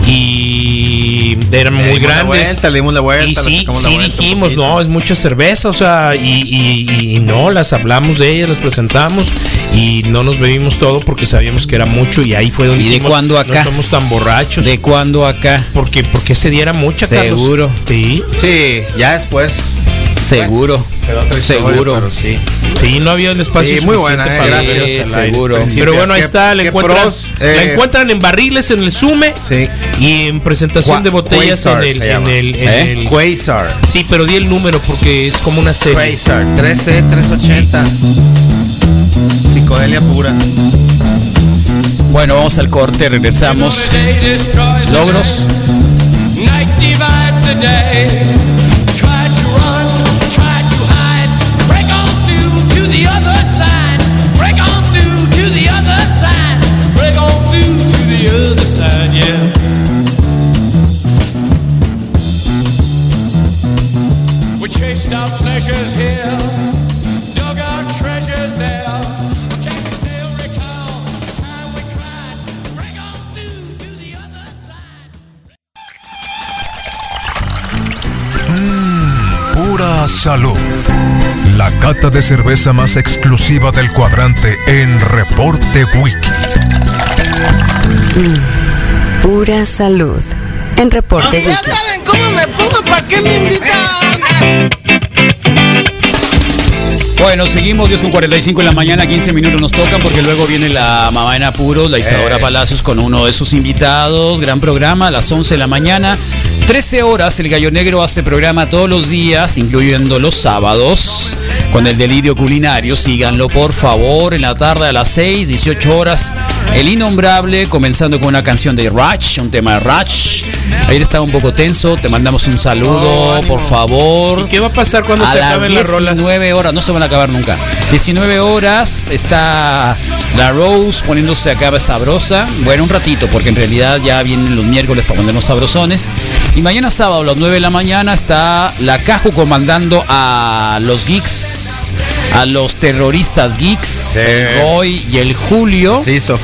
Speaker 9: y eran
Speaker 10: Le
Speaker 9: muy
Speaker 10: dimos la
Speaker 9: grandes.
Speaker 10: vuelta, le dimos la vuelta,
Speaker 9: y
Speaker 10: le
Speaker 9: sí,
Speaker 10: sacamos la
Speaker 9: sí
Speaker 10: vuelta un
Speaker 9: dijimos,
Speaker 10: poquito.
Speaker 9: no, es mucha cerveza, o sea, y, y- y- y no, las hablamos de ellas, las presentamos y no nos bebimos todo porque sabíamos que era mucho y ahí fue donde
Speaker 8: ¿Y de
Speaker 9: dijimos,
Speaker 8: cuándo acá?
Speaker 9: no somos tan borrachos.
Speaker 8: ¿De cuándo acá?
Speaker 9: Porque, porque se diera mucha, Carlos.
Speaker 8: Seguro.
Speaker 9: Sí.
Speaker 10: Sí, ya después.
Speaker 6: Pues,
Speaker 8: Seguro.
Speaker 10: Será otra historia,
Speaker 8: Seguro.
Speaker 10: pero sí.
Speaker 9: Sí, no había el espacio
Speaker 10: Sí, muy
Speaker 9: suficiente
Speaker 10: buena, eh,
Speaker 9: para
Speaker 10: gracias.
Speaker 9: ellos
Speaker 10: Sí,
Speaker 9: al aire.
Speaker 10: seguro.
Speaker 9: Pero bueno, ahí
Speaker 10: ¿Qué-
Speaker 9: está, la
Speaker 10: qué
Speaker 9: encuentran,
Speaker 10: pros?
Speaker 9: la
Speaker 10: Eh,
Speaker 9: encuentran en barriles en el Sume y en presentación
Speaker 10: Qua-
Speaker 9: de botellas en
Speaker 10: Quasar
Speaker 9: el,
Speaker 10: se llama.
Speaker 9: en el- en
Speaker 10: ¿Eh?
Speaker 9: el-
Speaker 10: Quasar.
Speaker 9: Sí, pero di el número porque es como una serie.
Speaker 10: Quasar, 13, 380. Psicodelia pura.
Speaker 8: Bueno, vamos al corte, regresamos. Logros.
Speaker 14: Night divides the day. Tried to run, tried to hide. Break on through to the other side. Break on through to the other side. Break on through to the other side, yeah. We chased our pleasures here, dug our treasures there. Can you still recall the time we cried? Break on through to the other side.
Speaker 1: Pura Salud. La cata de cerveza más exclusiva del cuadrante en Reporte Wiki.
Speaker 2: Mm, Pura salud. En reporte
Speaker 14: Ya
Speaker 2: Wiki.
Speaker 14: saben cómo me pongo, ¿para qué me invitan?
Speaker 8: Bueno, seguimos 10 con 45 en la mañana, 15 minutos nos tocan porque luego viene la mamá en apuros, la Isadora Palacios con uno de sus invitados, gran programa a las 11 de la mañana. 13 horas, el Gallo Negro hace programa todos los días, incluyendo los sábados, con el delirio culinario. Síganlo, por favor, en la tarde a las 6, 18 horas. El Innombrable, comenzando con una canción de Ratch, un tema de Ratch. Ayer estaba un poco tenso, te mandamos un saludo, por favor.
Speaker 9: ¿Qué va a pasar cuando
Speaker 8: A
Speaker 9: se
Speaker 8: las
Speaker 9: acaben las rolas?
Speaker 8: 19 horas, no se van a acabar nunca. 19 horas está la Rose poniéndose acá sabrosa. Bueno, un ratito, porque en realidad ya vienen los miércoles para ponernos sabrosones. Y mañana sábado a las 9 de la mañana está la Caju comandando a los geeks, a los terroristas geeks, el Roy y el Julio.
Speaker 10: Se hizo.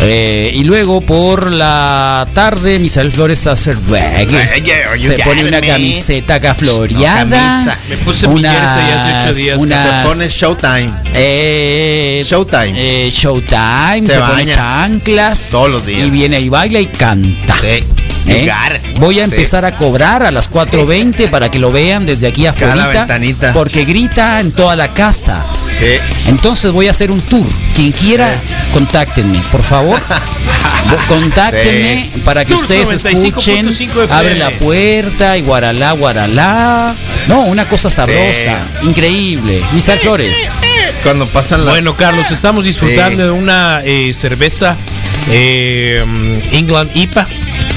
Speaker 8: Eh, y luego por la tarde, Misael Flores hace reggae.
Speaker 10: Reggae, you
Speaker 8: Se
Speaker 10: got
Speaker 8: pone
Speaker 10: it,
Speaker 8: una
Speaker 10: man.
Speaker 8: camiseta acá
Speaker 10: No,
Speaker 8: floreada.
Speaker 10: camisa.
Speaker 9: Me puse mi
Speaker 8: unas,
Speaker 9: jersey hace ocho días,
Speaker 8: unas,
Speaker 10: Se pone Showtime.
Speaker 8: eh,
Speaker 10: Showtime.
Speaker 8: eh, Showtime. Se,
Speaker 10: Se
Speaker 8: pone
Speaker 10: baña.
Speaker 8: chanclas.
Speaker 10: Todos los días.
Speaker 8: Y viene y baila y canta.
Speaker 10: you
Speaker 8: ¿Eh?
Speaker 10: got it.
Speaker 8: Voy a
Speaker 10: Sí.
Speaker 8: empezar a cobrar a las 4.20 para que lo vean desde aquí
Speaker 10: Cada
Speaker 8: afuera.
Speaker 10: ventanita.
Speaker 8: Porque grita en toda la casa.
Speaker 10: Sí.
Speaker 8: Entonces voy a hacer un tour. Quien quiera, contáctenme, por favor. Vo- Contáctenme para que
Speaker 9: Tour
Speaker 8: ustedes
Speaker 9: 95.5
Speaker 8: escuchen.
Speaker 9: FM.
Speaker 8: Abre la puerta y guaralá, guaralá. No, una cosa sabrosa, increíble. Misal Flores.
Speaker 10: Cuando pasan las.
Speaker 9: Bueno, Carlos, estamos disfrutando de una eh, cerveza eh, England IPA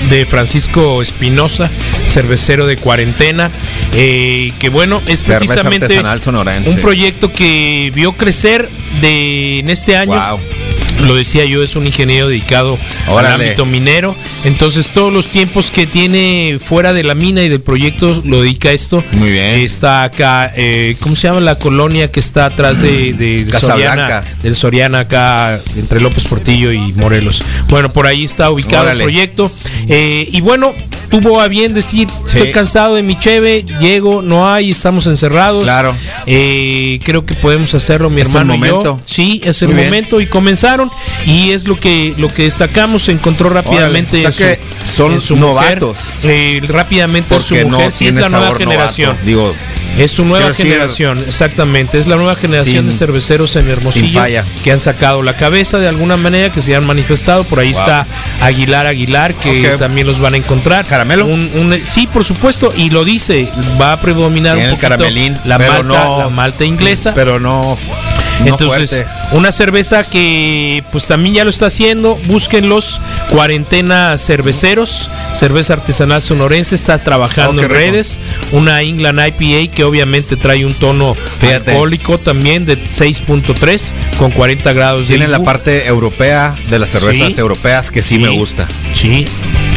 Speaker 9: de Francisco Espinosa, cervecero de cuarentena, eh, que bueno, es
Speaker 10: Cerveza
Speaker 9: precisamente
Speaker 10: artesanal sonorense.
Speaker 9: un proyecto que vio crecer de en este año.
Speaker 10: Wow.
Speaker 9: Lo decía yo, es un ingeniero dedicado al
Speaker 10: Órale.
Speaker 9: ámbito minero. Entonces, todos los tiempos que tiene fuera de la mina y del proyecto lo dedica a esto.
Speaker 10: Muy bien.
Speaker 9: Está acá, eh, ¿cómo se llama la colonia que está atrás de, de Soriana,
Speaker 10: Casablanca.
Speaker 9: del Soriana acá entre López Portillo y Morelos? Bueno, por ahí está ubicado
Speaker 10: Órale.
Speaker 9: el proyecto. Eh, y bueno, tuvo a bien decir,
Speaker 10: Sí.
Speaker 9: estoy cansado de mi cheve, llego, no hay, estamos encerrados.
Speaker 10: Claro.
Speaker 9: Eh, creo que podemos hacerlo, mi
Speaker 10: Es el
Speaker 9: hermano y yo.
Speaker 10: momento.
Speaker 9: Sí, es el
Speaker 10: Muy bien.
Speaker 9: momento y comenzaron y es lo que lo que destacamos, se encontró rápidamente
Speaker 10: Órale, o sea
Speaker 9: en su-
Speaker 10: que son
Speaker 9: en su
Speaker 10: novatos.
Speaker 9: mujer, eh, rápidamente en su
Speaker 10: Porque no
Speaker 9: mujer, sí, es
Speaker 10: tiene
Speaker 9: la nueva
Speaker 10: sabor
Speaker 9: generación.
Speaker 10: novato. Digo,
Speaker 9: Es su nueva
Speaker 10: Quiero decir-
Speaker 9: generación, exactamente. Es la nueva generación
Speaker 10: Sin-
Speaker 9: de cerveceros en
Speaker 10: sin
Speaker 9: Hermosillo
Speaker 10: falla.
Speaker 9: que han sacado la cabeza de alguna manera, que se han manifestado. Por ahí
Speaker 10: Wow.
Speaker 9: está Aguilar Aguilar, que
Speaker 10: Ok.
Speaker 9: también los van a encontrar. ¿Caramelo? sí, por supuesto, y lo dice, va a predominar
Speaker 10: tiene
Speaker 9: un
Speaker 10: el
Speaker 9: poquito
Speaker 10: caramelín,
Speaker 9: la, malta,
Speaker 10: pero no-
Speaker 9: la malta inglesa.
Speaker 10: Pero no. No
Speaker 9: Entonces,
Speaker 10: fuerte.
Speaker 9: una cerveza que pues también ya lo está haciendo. Búsquenlos. Cuarentena Cerveceros. Cerveza Artesanal Sonorense está trabajando
Speaker 10: Oh, qué
Speaker 9: en
Speaker 10: rico.
Speaker 9: redes. Una England IPA que obviamente trae un tono
Speaker 10: Fíjate.
Speaker 9: alcohólico también de 6.3 con 40 grados
Speaker 10: Tiene
Speaker 9: de
Speaker 10: la
Speaker 9: IBU.
Speaker 10: parte europea de las cervezas
Speaker 9: Sí.
Speaker 10: europeas que sí, me
Speaker 9: Sí.
Speaker 10: gusta.
Speaker 9: Sí.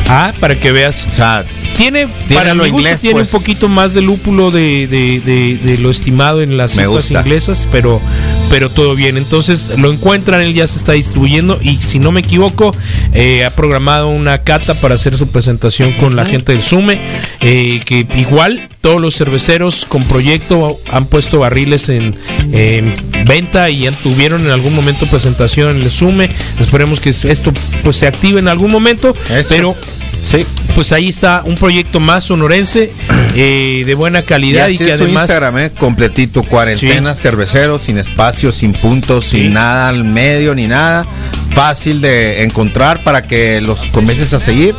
Speaker 9: Ah, para que veas.
Speaker 10: O sea,
Speaker 9: tiene,
Speaker 10: tiene
Speaker 9: para
Speaker 10: lo
Speaker 9: mi gusto
Speaker 10: inglés,
Speaker 9: tiene
Speaker 10: pues.
Speaker 9: un poquito más de lúpulo de, de- de- de lo estimado en las
Speaker 10: Me
Speaker 9: cepas
Speaker 10: gusta.
Speaker 9: inglesas, pero, pero todo bien. Entonces lo encuentran, él ya se está distribuyendo y si no me equivoco, eh, ha programado una cata para hacer su presentación con la gente del SUME, eh, que igual todos los cerveceros con proyecto han puesto barriles en, en venta y ya tuvieron en algún momento presentación en el SUME. Esperemos que esto pues, se active en algún momento, pero...
Speaker 10: Sí.
Speaker 9: Pues ahí está un proyecto más sonorense eh, de buena
Speaker 10: Y
Speaker 9: calidad y,
Speaker 10: así
Speaker 9: que
Speaker 10: es su
Speaker 9: además
Speaker 10: Instagram, ¿eh? completito, cuarentena, cervecero, sin espacio, sin puntos, sin nada al medio, ni nada. Fácil de encontrar para que los comiences a seguir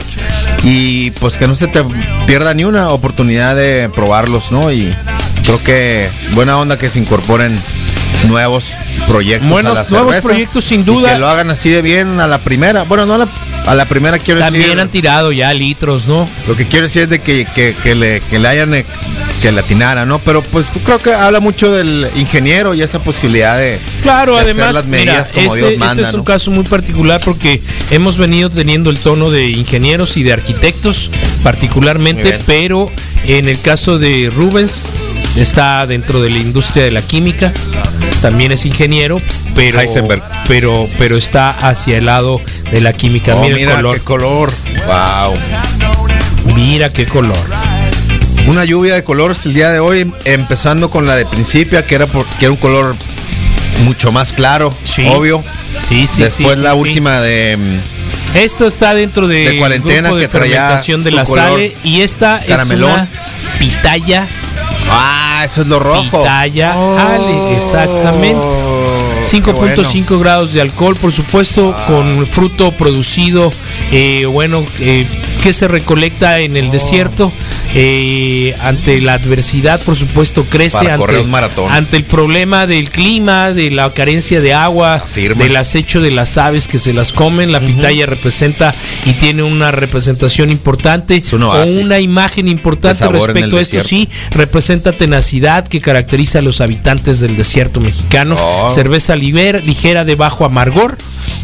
Speaker 10: y pues que no se te pierda ni una oportunidad de probarlos, ¿no? Y creo que buena onda que se incorporen nuevos proyectos
Speaker 9: Buenos-
Speaker 10: a la cerveza.
Speaker 9: nuevos proyectos, sin
Speaker 10: y
Speaker 9: duda.
Speaker 10: que lo hagan así de bien a la primera. Bueno, no a la, a la primera quiero
Speaker 9: también
Speaker 10: decir.
Speaker 9: han tirado ya litros, ¿no?
Speaker 10: Lo que quiero decir es de que, que, que le, que le hayan eh, que le atinara, ¿no? Pero pues creo que habla mucho del ingeniero y esa posibilidad de,
Speaker 9: Claro,
Speaker 10: de
Speaker 9: además,
Speaker 10: hacer las medidas
Speaker 9: mira,
Speaker 10: como
Speaker 9: este,
Speaker 10: Dios manda,
Speaker 9: este es un
Speaker 10: ¿no?
Speaker 9: caso muy particular porque hemos venido teniendo el tono de ingenieros y de arquitectos
Speaker 10: Muy
Speaker 9: particularmente,
Speaker 10: bien.
Speaker 9: pero en el caso de Rubens está dentro de la industria de la química, también es ingeniero, pero
Speaker 10: Heisenberg.
Speaker 9: pero pero está hacia el lado de la química.
Speaker 10: Oh,
Speaker 9: mira,
Speaker 10: mira
Speaker 9: el color,
Speaker 10: qué color. Wow.
Speaker 9: mira qué color.
Speaker 10: Una lluvia de colores el día de hoy, empezando con la de principio, que era porque era un color mucho más claro,
Speaker 9: Sí.
Speaker 10: obvio.
Speaker 9: Sí, sí,
Speaker 10: Después
Speaker 9: sí,
Speaker 10: la
Speaker 9: sí, sí.
Speaker 10: última de mm,
Speaker 9: Esto está dentro de,
Speaker 10: De cuarentena
Speaker 9: grupo de
Speaker 10: que traía
Speaker 9: fermentación de
Speaker 10: su
Speaker 9: la
Speaker 10: color
Speaker 9: sale y esta
Speaker 10: caramelón.
Speaker 9: es una pitaya
Speaker 10: Ah, eso es lo rojo. Oh.
Speaker 9: Pitaya Ale, exactamente. 5.5 grados de alcohol, por supuesto,
Speaker 10: Ah.
Speaker 9: con fruto producido, eh, bueno, eh, que se recolecta en
Speaker 10: Oh.
Speaker 9: el desierto. eh, ante la adversidad, por supuesto, crece.
Speaker 10: Para
Speaker 9: ante,
Speaker 10: correr un maratón.
Speaker 9: ante el problema del clima, de la carencia de agua,
Speaker 10: Afirma.
Speaker 9: del acecho de las aves que se las comen. La pitaya representa y tiene una representación importante,
Speaker 10: un
Speaker 9: o
Speaker 10: oasis
Speaker 9: una imagen importante
Speaker 10: sabor en
Speaker 9: respecto
Speaker 10: el
Speaker 9: a esto,
Speaker 10: desierto.
Speaker 9: sí, representa tenacidad que caracteriza a los habitantes del desierto mexicano.
Speaker 10: Oh.
Speaker 9: Cerveza liber- ligera de bajo amargor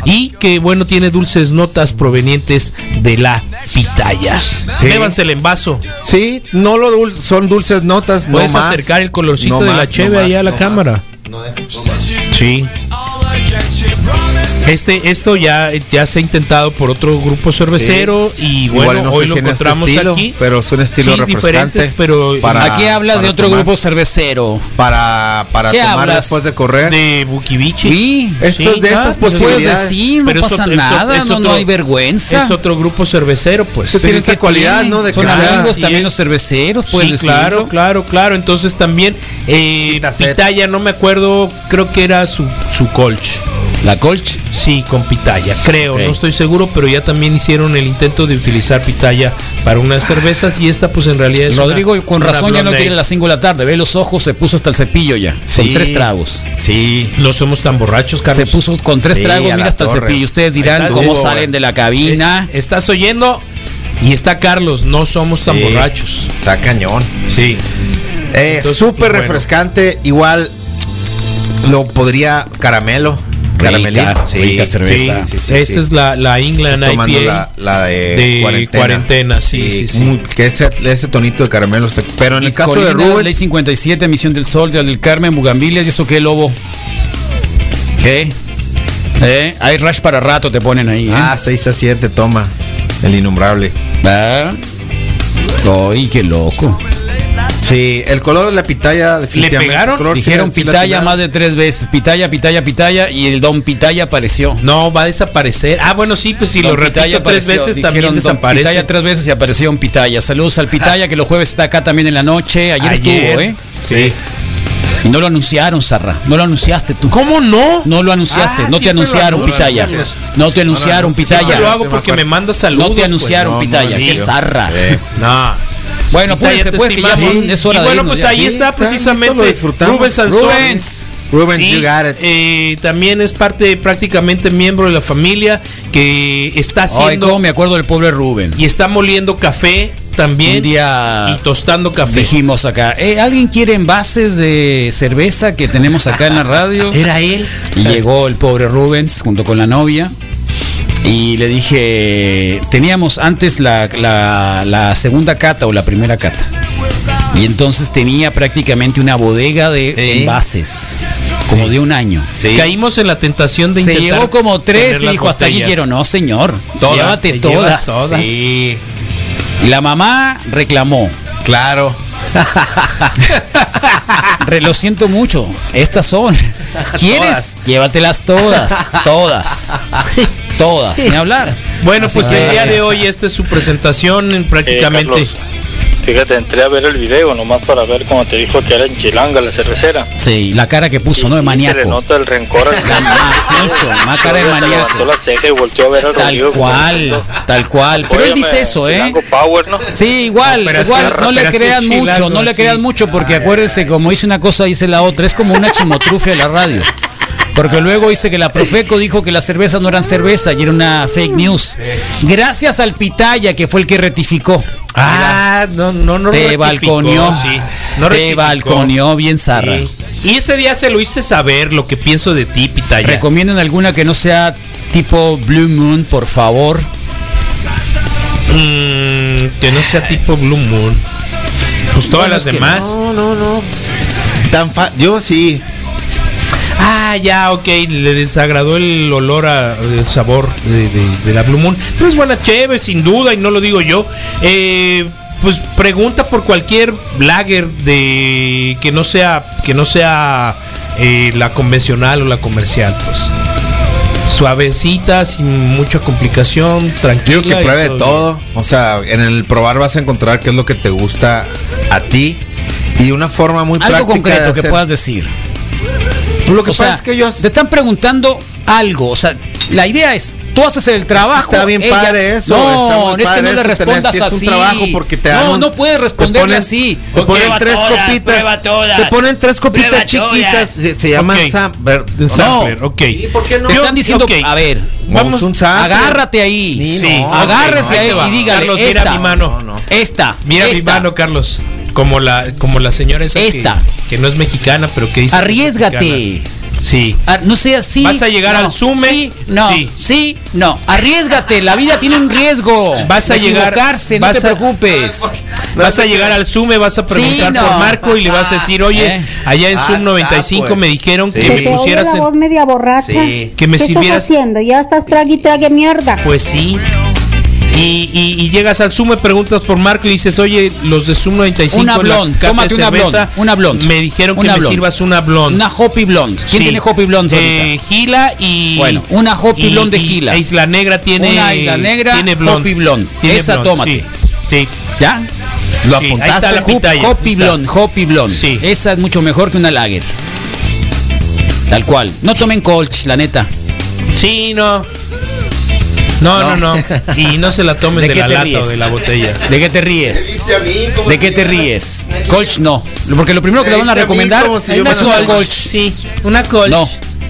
Speaker 9: y que, bueno, tiene dulces notas provenientes de la pitaya. Lévanse el envaso.
Speaker 10: Sí, no lo dul- son dulces notas, no
Speaker 9: Puedes
Speaker 10: más.
Speaker 9: acercar el colorcito
Speaker 10: No
Speaker 9: de la
Speaker 10: más,
Speaker 9: cheve
Speaker 10: no más,
Speaker 9: ahí a la
Speaker 10: no más.
Speaker 9: cámara. Sí. Este, esto ya, ya se ha intentado por otro grupo cervecero y bueno,
Speaker 10: Igual no
Speaker 9: hoy
Speaker 10: sé
Speaker 9: lo
Speaker 10: si en este
Speaker 9: encontramos
Speaker 10: estilo,
Speaker 9: aquí.
Speaker 10: pero es un estilo
Speaker 9: Sí, diferentes,
Speaker 10: refrescante.
Speaker 9: pero
Speaker 10: para-
Speaker 8: Aquí hablas
Speaker 10: para
Speaker 8: de otro
Speaker 10: tomar.
Speaker 8: grupo cervecero.
Speaker 10: para para
Speaker 8: ¿Qué
Speaker 10: tomar
Speaker 8: hablas?
Speaker 10: después de correr.
Speaker 9: de Bukivichi.
Speaker 8: Sí.
Speaker 10: Esto es de
Speaker 9: ah,
Speaker 10: esas
Speaker 9: pues,
Speaker 8: Puedes
Speaker 10: posibilidades.
Speaker 8: decir, no
Speaker 9: Pero es
Speaker 8: pasa
Speaker 9: otro- es otro-
Speaker 8: nada,
Speaker 9: es
Speaker 8: no, no
Speaker 9: otro-
Speaker 8: hay vergüenza.
Speaker 9: Es otro grupo cervecero, pues.
Speaker 10: Se tiene
Speaker 8: ¿Pero
Speaker 10: esa
Speaker 8: qué
Speaker 10: cualidad,
Speaker 8: tiene?
Speaker 10: ¿no? De
Speaker 8: Son
Speaker 10: que sea-
Speaker 8: amigos
Speaker 9: Así
Speaker 8: también
Speaker 9: es.
Speaker 8: los cerveceros, puedes
Speaker 9: Sí,
Speaker 8: decirlo.
Speaker 9: claro, claro, claro. Entonces también, eh,
Speaker 10: Pitacet.
Speaker 9: Pitaya, no me acuerdo, creo que era su, su colch.
Speaker 8: La colch.
Speaker 9: Sí, con pitaya, creo,
Speaker 8: Ok.
Speaker 9: no estoy seguro, pero ya también hicieron el intento de utilizar pitaya para unas cervezas y esta pues en realidad es una-
Speaker 8: Rodrigo, y con
Speaker 9: una
Speaker 8: razón ya no
Speaker 9: blonde
Speaker 8: quiere
Speaker 9: ale.
Speaker 8: las 5 de la tarde. Ve los ojos, se puso hasta el cepillo ya. Con
Speaker 10: Sí.
Speaker 8: tres tragos.
Speaker 10: Sí.
Speaker 9: No somos tan borrachos,
Speaker 8: Se
Speaker 9: Carlos.
Speaker 8: puso con tres
Speaker 10: Sí,
Speaker 8: tragos,
Speaker 10: a
Speaker 8: mira
Speaker 10: la
Speaker 8: hasta el
Speaker 10: torre.
Speaker 8: cepillo. Ustedes
Speaker 10: Ahí
Speaker 8: dirán
Speaker 10: está,
Speaker 8: cómo
Speaker 10: Hugo,
Speaker 8: salen
Speaker 10: eh.
Speaker 8: de la cabina.
Speaker 9: Eh, ¿Estás oyendo? Y está Carlos, no somos tan
Speaker 10: Sí.
Speaker 9: borrachos.
Speaker 10: Está cañón.
Speaker 9: Sí.
Speaker 10: Eh,
Speaker 9: Entonces, pues
Speaker 10: súper
Speaker 9: bueno.
Speaker 10: refrescante, igual lo podría caramelo,
Speaker 8: Rica,
Speaker 10: caramelito.
Speaker 8: rica cerveza.
Speaker 10: Sí, sí, sí,
Speaker 9: Esta
Speaker 10: sí.
Speaker 9: es la, la England
Speaker 10: Estás tomando
Speaker 9: IPA.
Speaker 10: la, la de,
Speaker 9: de cuarentena, sí, sí, sí.
Speaker 10: muy- que ese, ese tonito de caramelo está- Pero en el caso de
Speaker 8: Colina, Ley
Speaker 10: Rubens,
Speaker 8: 57, Misión del Sol, Real del Carmen, Bugambilias, ¿y eso qué, Lobo? ¿Qué? ¿Eh? Hay rush para rato, te ponen ahí. ¿eh?
Speaker 10: ah, 6 a 7, toma. El innombrable.
Speaker 8: Ah. Ay, qué loco.
Speaker 10: Sí, el color de la pitaya definitivamente.
Speaker 9: pegaron?
Speaker 10: el color sí
Speaker 8: Dijeron
Speaker 10: la- sí la
Speaker 8: pitaya
Speaker 10: atinaron.
Speaker 8: más de tres veces. Pitaya, pitaya, pitaya. Y el don pitaya apareció.
Speaker 9: No, va a desaparecer. Ah, bueno, sí, pues si
Speaker 8: Don
Speaker 9: lo repito
Speaker 8: Pitaya
Speaker 9: tres
Speaker 8: apareció,
Speaker 9: veces
Speaker 8: dijeron
Speaker 9: también
Speaker 8: Don
Speaker 9: desaparece.
Speaker 8: Pitaya tres veces y apareció un Pitaya. Saludos al Pitaya que los jueves está acá también en la noche. Ayer, estuvo, ¿eh?
Speaker 10: Sí.
Speaker 8: Y no lo anunciaron, Sarra. No lo anunciaste tú.
Speaker 9: ¿Cómo no?
Speaker 8: No lo anunciaste.
Speaker 9: Ah,
Speaker 8: no
Speaker 9: siempre
Speaker 8: te anunciaron,
Speaker 9: lo pues,
Speaker 8: Pitaya.
Speaker 10: anuncias.
Speaker 8: No te anunciaron,
Speaker 10: anuncias.
Speaker 8: Pitaya.
Speaker 9: Yo lo hago
Speaker 10: Sí, me
Speaker 9: porque me
Speaker 10: acuerdo.
Speaker 9: manda saludos.
Speaker 8: no te
Speaker 9: pues.
Speaker 8: anunciaron,
Speaker 10: No,
Speaker 8: Pitaya.
Speaker 10: no,
Speaker 8: Qué
Speaker 10: sí.
Speaker 8: zarra.
Speaker 10: Sí.
Speaker 9: No.
Speaker 8: Bueno,
Speaker 9: Pitaya,
Speaker 8: apúrense,
Speaker 9: te
Speaker 8: pues, que ya
Speaker 9: estimamos.
Speaker 8: son- es hora
Speaker 9: y
Speaker 8: de
Speaker 9: bueno,
Speaker 8: irnos
Speaker 9: pues
Speaker 8: ya.
Speaker 9: ahí
Speaker 10: Sí,
Speaker 9: está
Speaker 10: está, listo,
Speaker 9: precisamente
Speaker 10: lo disfrutamos.
Speaker 9: Rubens Sansón.
Speaker 8: Rubens.
Speaker 10: Rubens,
Speaker 9: Sí,
Speaker 10: you got it.
Speaker 9: eh, también es parte prácticamente miembro de la familia que está haciendo.
Speaker 8: cómo me acuerdo del pobre Rubén.
Speaker 9: Y está moliendo café también.
Speaker 8: Un día
Speaker 9: y tostando café.
Speaker 8: dijimos acá, "Eh, ¿alguien quiere envases de cerveza que tenemos acá en la radio?
Speaker 9: [laughs] Era él.
Speaker 8: Y llegó el pobre Rubens junto con la novia. Y le dije, teníamos antes la, la- la segunda cata o la primera cata. Y entonces tenía prácticamente una bodega de envases, como de un año.
Speaker 9: Caímos en la tentación de
Speaker 8: ¿eh? Se
Speaker 9: intentar
Speaker 8: llevó como tres
Speaker 9: poner
Speaker 8: y
Speaker 9: las
Speaker 8: dijo, hasta aquí
Speaker 9: botellas.
Speaker 8: quiero, no señor.
Speaker 9: Todas,
Speaker 8: Llévate
Speaker 9: te
Speaker 8: todas.
Speaker 9: llevas todas.
Speaker 8: Sí. Y la mamá reclamó.
Speaker 10: Claro.
Speaker 8: [laughs] Re- Lo siento mucho, estas son. ¿Quieres? Llévatelas todas, todas, todas, ni hablar.
Speaker 9: Bueno,
Speaker 8: Así
Speaker 9: pues
Speaker 8: que-
Speaker 9: el día de hoy esta es su presentación en prácticamente.
Speaker 6: Eh, Fíjate, entré a ver el video nomás para ver cómo te dijo que era en Chilanga la cervecera.
Speaker 8: Sí, la cara que puso, ¿no? De
Speaker 6: Y se le
Speaker 8: maníaco.
Speaker 6: nota el
Speaker 8: [laughs]
Speaker 6: rencor al
Speaker 8: Macizo, más cara de
Speaker 6: Todavía se
Speaker 8: maníaco.
Speaker 6: levantó la ceja y volteó a ver al
Speaker 8: Tal cual, tal cual. Pero él
Speaker 6: Óyeme,
Speaker 8: dice eso, ¿eh?
Speaker 6: Power, ¿no?
Speaker 8: Sí, igual,
Speaker 6: Operación-
Speaker 8: igual, no le
Speaker 6: Operación
Speaker 8: crean
Speaker 6: Chilango,
Speaker 8: mucho, no le
Speaker 6: sí.
Speaker 8: crean mucho,
Speaker 9: Ah,
Speaker 8: porque acuérdense, como hice una cosa, hice la otra. Es como una chimotrufia la radio. Porque luego dice que la Profeco dijo que las cervezas no eran cerveza y era una fake news. Gracias al Pitaya, que fue el que rectificó.
Speaker 9: Ah, no, no, no.
Speaker 8: Te
Speaker 9: rectificó,
Speaker 8: balconeó.
Speaker 9: sí. No
Speaker 8: Te
Speaker 9: rectificó.
Speaker 8: balconeó bien zarra.
Speaker 9: Sí. Y ese día se lo hice saber lo que pienso de ti, Pitaya.
Speaker 8: ¿Recomiendan alguna que no sea tipo Blue Moon, por favor?
Speaker 9: Mm, que no sea tipo Blue Moon. Pues todas
Speaker 10: Bueno,
Speaker 9: las
Speaker 10: es que
Speaker 9: demás.
Speaker 10: No, no, no. Tan fa- Yo sí.
Speaker 9: Ah, ya, ok. Le desagradó el olor a el sabor de, de- de la Blue Moon. Pero es buena cheve, sin duda, y no lo digo yo. Eh, pues pregunta por cualquier lager de que no sea que no sea eh, la convencional o la comercial, pues. Suavecita, sin mucha complicación, tranquilo.
Speaker 10: Digo que pruebe de todo. O sea, en el probar vas a encontrar qué es lo que te gusta a ti. Y una forma muy práctica.
Speaker 8: Algo concreto
Speaker 10: de
Speaker 8: que
Speaker 10: hacer-
Speaker 8: puedas decir.
Speaker 10: Lo que
Speaker 8: O
Speaker 10: pasa
Speaker 8: sea,
Speaker 10: es que yo
Speaker 8: te están preguntando algo, o sea, la idea es tú haces el trabajo.
Speaker 10: Está bien
Speaker 8: ella-
Speaker 10: padre eso.
Speaker 8: No,
Speaker 10: está muy
Speaker 8: es que
Speaker 10: padre
Speaker 8: no le
Speaker 10: eso, tener
Speaker 8: respondas
Speaker 10: cierto
Speaker 8: así.
Speaker 10: Un trabajo porque te dan
Speaker 8: no,
Speaker 10: un-
Speaker 8: no puedes responderle
Speaker 10: te ponen-
Speaker 8: así.
Speaker 10: Te ponen
Speaker 8: Prueba
Speaker 10: tres
Speaker 8: todas,
Speaker 10: copitas.
Speaker 8: prueba todas.
Speaker 10: Te ponen tres copitas
Speaker 8: Prueba
Speaker 10: chiquitas.
Speaker 8: todas.
Speaker 10: Se, se llaman
Speaker 8: Ok.
Speaker 10: sampler.
Speaker 8: No.
Speaker 9: Sampler, ok.
Speaker 10: ¿Y por qué no?
Speaker 8: Te están diciendo,
Speaker 9: ok.
Speaker 8: a ver,
Speaker 10: Vamos un sampler.
Speaker 8: agárrate ahí.
Speaker 10: Ni
Speaker 8: Sí,
Speaker 10: no,
Speaker 8: agárrese
Speaker 10: no,
Speaker 8: ahí
Speaker 10: ahí te va.
Speaker 8: y dígale,
Speaker 9: Carlos, mira
Speaker 8: esta,
Speaker 9: mi mano.
Speaker 8: esta,
Speaker 9: Mira mi
Speaker 8: esta.
Speaker 9: mano, Carlos. Como la, como la señora esa que-
Speaker 8: Esta.
Speaker 9: Que, no es mexicana, pero que dice. que es
Speaker 8: Arriésgate.
Speaker 9: mexicana. Sí.
Speaker 8: Ah, No sea así.
Speaker 9: Vas a llegar al sume.
Speaker 8: Sí, no. Sí.
Speaker 9: Sí.
Speaker 8: no. Arriesgate. La vida tiene un riesgo.
Speaker 9: Vas a
Speaker 8: de
Speaker 9: llegar.
Speaker 8: equivocarse,
Speaker 9: vas
Speaker 8: no te
Speaker 9: a-
Speaker 8: preocupes.
Speaker 9: [laughs] Vas a llegar al Zoom, me vas a preguntar
Speaker 8: Sí, no.
Speaker 9: por Marco y le vas a decir, oye,
Speaker 8: Eh.
Speaker 9: allá en
Speaker 10: Ah,
Speaker 9: Zoom
Speaker 10: está,
Speaker 9: 95
Speaker 10: pues.
Speaker 9: me dijeron
Speaker 15: Eh,
Speaker 10: Sí.
Speaker 9: que me
Speaker 10: Te oye
Speaker 9: pusieras en.
Speaker 15: media borracha.
Speaker 10: Sí.
Speaker 9: Que me
Speaker 15: ¿Qué
Speaker 9: sirvieras-
Speaker 15: estás haciendo? Ya estás trague y trague mierda.
Speaker 9: Pues sí. Y, y- y llegas al Zoom, me preguntas por Marco y dices, oye, los de Zoom 95.
Speaker 8: Una
Speaker 9: en la
Speaker 8: blonde,
Speaker 9: cata de
Speaker 8: tómate una
Speaker 9: cerveza,
Speaker 8: blonde, una blonde.
Speaker 9: Me dijeron que
Speaker 8: Una
Speaker 9: me
Speaker 8: blonde.
Speaker 9: sirvas una blonde.
Speaker 8: Una Hoppy Blonde. ¿Quién
Speaker 9: Sí.
Speaker 8: tiene Hoppy Blonde
Speaker 9: Eh,
Speaker 8: ahorita?
Speaker 9: Gila y.
Speaker 8: Bueno, una Hoppy
Speaker 9: y-
Speaker 8: Blonde de
Speaker 9: y
Speaker 8: Gila.
Speaker 9: Isla Negra tiene.
Speaker 8: Una Isla Negra,
Speaker 9: tiene blonde.
Speaker 8: Hoppy Blonde.
Speaker 9: Tiene
Speaker 8: Esa
Speaker 9: blonde,
Speaker 8: tómate.
Speaker 9: Sí. sí.
Speaker 8: ¿Ya?
Speaker 10: Lo
Speaker 9: Sí, ahí
Speaker 10: apuntaste.
Speaker 9: está la
Speaker 8: Hop-
Speaker 9: pitaya,
Speaker 8: Hoppy
Speaker 9: ahí está.
Speaker 8: Blonde, Hoppy Blonde.
Speaker 9: Sí.
Speaker 8: Esa es mucho mejor que una Lager. Tal cual. No tomen Colch, la neta.
Speaker 9: Sí, no. No, no, no. Y no se la tomen
Speaker 8: ¿De
Speaker 9: de,
Speaker 8: qué
Speaker 9: la
Speaker 8: te
Speaker 9: lata
Speaker 8: ríes?
Speaker 9: o de la botella.
Speaker 8: ¿De qué te ríes?
Speaker 10: dice a mí? ¿Cómo
Speaker 8: ¿De
Speaker 10: se
Speaker 8: qué te
Speaker 10: llama?
Speaker 8: ríes? Colch no. Porque lo primero que le van a
Speaker 10: Me diste Este a mí
Speaker 8: recomendar
Speaker 10: como si
Speaker 8: es
Speaker 10: yo
Speaker 8: una
Speaker 10: me la
Speaker 8: Colch.
Speaker 10: tomara.
Speaker 9: Sí, una colch.
Speaker 8: No.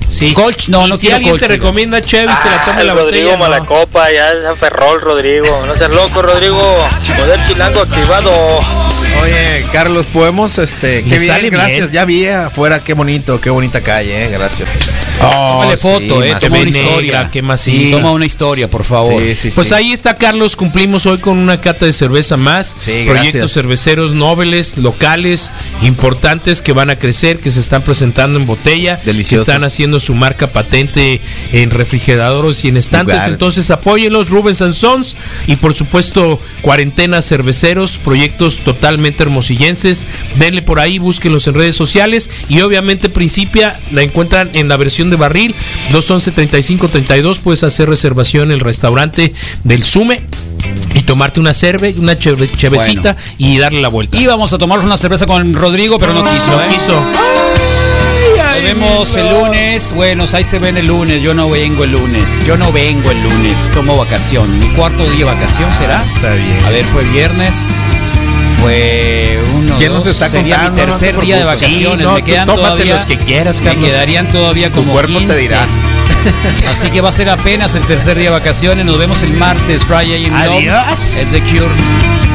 Speaker 9: Sí.
Speaker 8: Colch no,
Speaker 9: Y
Speaker 8: no
Speaker 9: si
Speaker 8: quiero
Speaker 9: alguien
Speaker 8: Colch.
Speaker 9: te recomienda Chevy, se la toma
Speaker 6: Ah, el
Speaker 9: la
Speaker 6: Rodrigo
Speaker 9: botella. no.
Speaker 6: Malacopa, ya se aferró el Rodrigo. No seas loco, Rodrigo. Poder chilango activado.
Speaker 10: Oye, Carlos, podemos, este,
Speaker 9: Le
Speaker 10: qué
Speaker 9: sale bien.
Speaker 10: bien, gracias. Ya vi afuera, qué bonito, qué bonita calle, eh, gracias. Oh,
Speaker 8: Tómale foto, eh,
Speaker 10: más
Speaker 8: toma
Speaker 10: o
Speaker 8: una
Speaker 10: menos.
Speaker 8: historia.
Speaker 9: negra, qué más
Speaker 10: sí.
Speaker 8: Toma una historia, por favor.
Speaker 10: Sí, sí,
Speaker 9: Pues
Speaker 10: sí.
Speaker 9: ahí está Carlos, cumplimos hoy con una cata de cerveza más,
Speaker 10: Sí,
Speaker 9: proyectos
Speaker 10: gracias.
Speaker 9: cerveceros nobles, locales, importantes que van a crecer, que se están presentando en botella,
Speaker 10: Deliciosos.
Speaker 9: que están haciendo su marca patente en refrigeradores y en estantes,
Speaker 10: Lugar.
Speaker 9: entonces apóyenlos, Rubens Sansons y por supuesto Cuarentena Cerveceros, proyectos totalmente hermosillenses, denle por ahí, búsquenlos en redes sociales y obviamente Principia la encuentran en la versión de barril 211 35 32, puedes hacer reservación en el restaurante del Sume y tomarte una cerve, una cheve- chevecita y darle la vuelta.
Speaker 8: Íbamos a tomarnos una cerveza con Rodrigo, pero no quiso,
Speaker 9: No
Speaker 8: ¿eh?
Speaker 9: quiso.
Speaker 8: Nos vemos el lunes. Bueno, ahí se ven el lunes. Yo no vengo el lunes. Yo no vengo el
Speaker 10: Ah,
Speaker 8: lunes. Tomo vacación. Mi cuarto día de vacación será.
Speaker 9: Está bien.
Speaker 8: A ver, fue viernes. fue uno,
Speaker 10: ¿Quién
Speaker 8: dos,
Speaker 10: nos está
Speaker 8: sería
Speaker 10: contando?
Speaker 8: mi tercer
Speaker 10: No te
Speaker 8: día de
Speaker 10: preocupes.
Speaker 8: vacaciones.
Speaker 10: Sí, no,
Speaker 8: me
Speaker 10: tú
Speaker 8: quedan
Speaker 10: tómate
Speaker 8: todavía,
Speaker 10: los que quieras,
Speaker 8: me
Speaker 10: Carlos.
Speaker 8: quedarían todavía
Speaker 10: Tu
Speaker 8: como
Speaker 10: cuerpo te
Speaker 8: 15.
Speaker 10: dirá.
Speaker 8: Así que va a ser apenas el tercer día de vacaciones. Nos vemos el martes, Friday in Love.
Speaker 9: Adiós.
Speaker 8: Es The Cure.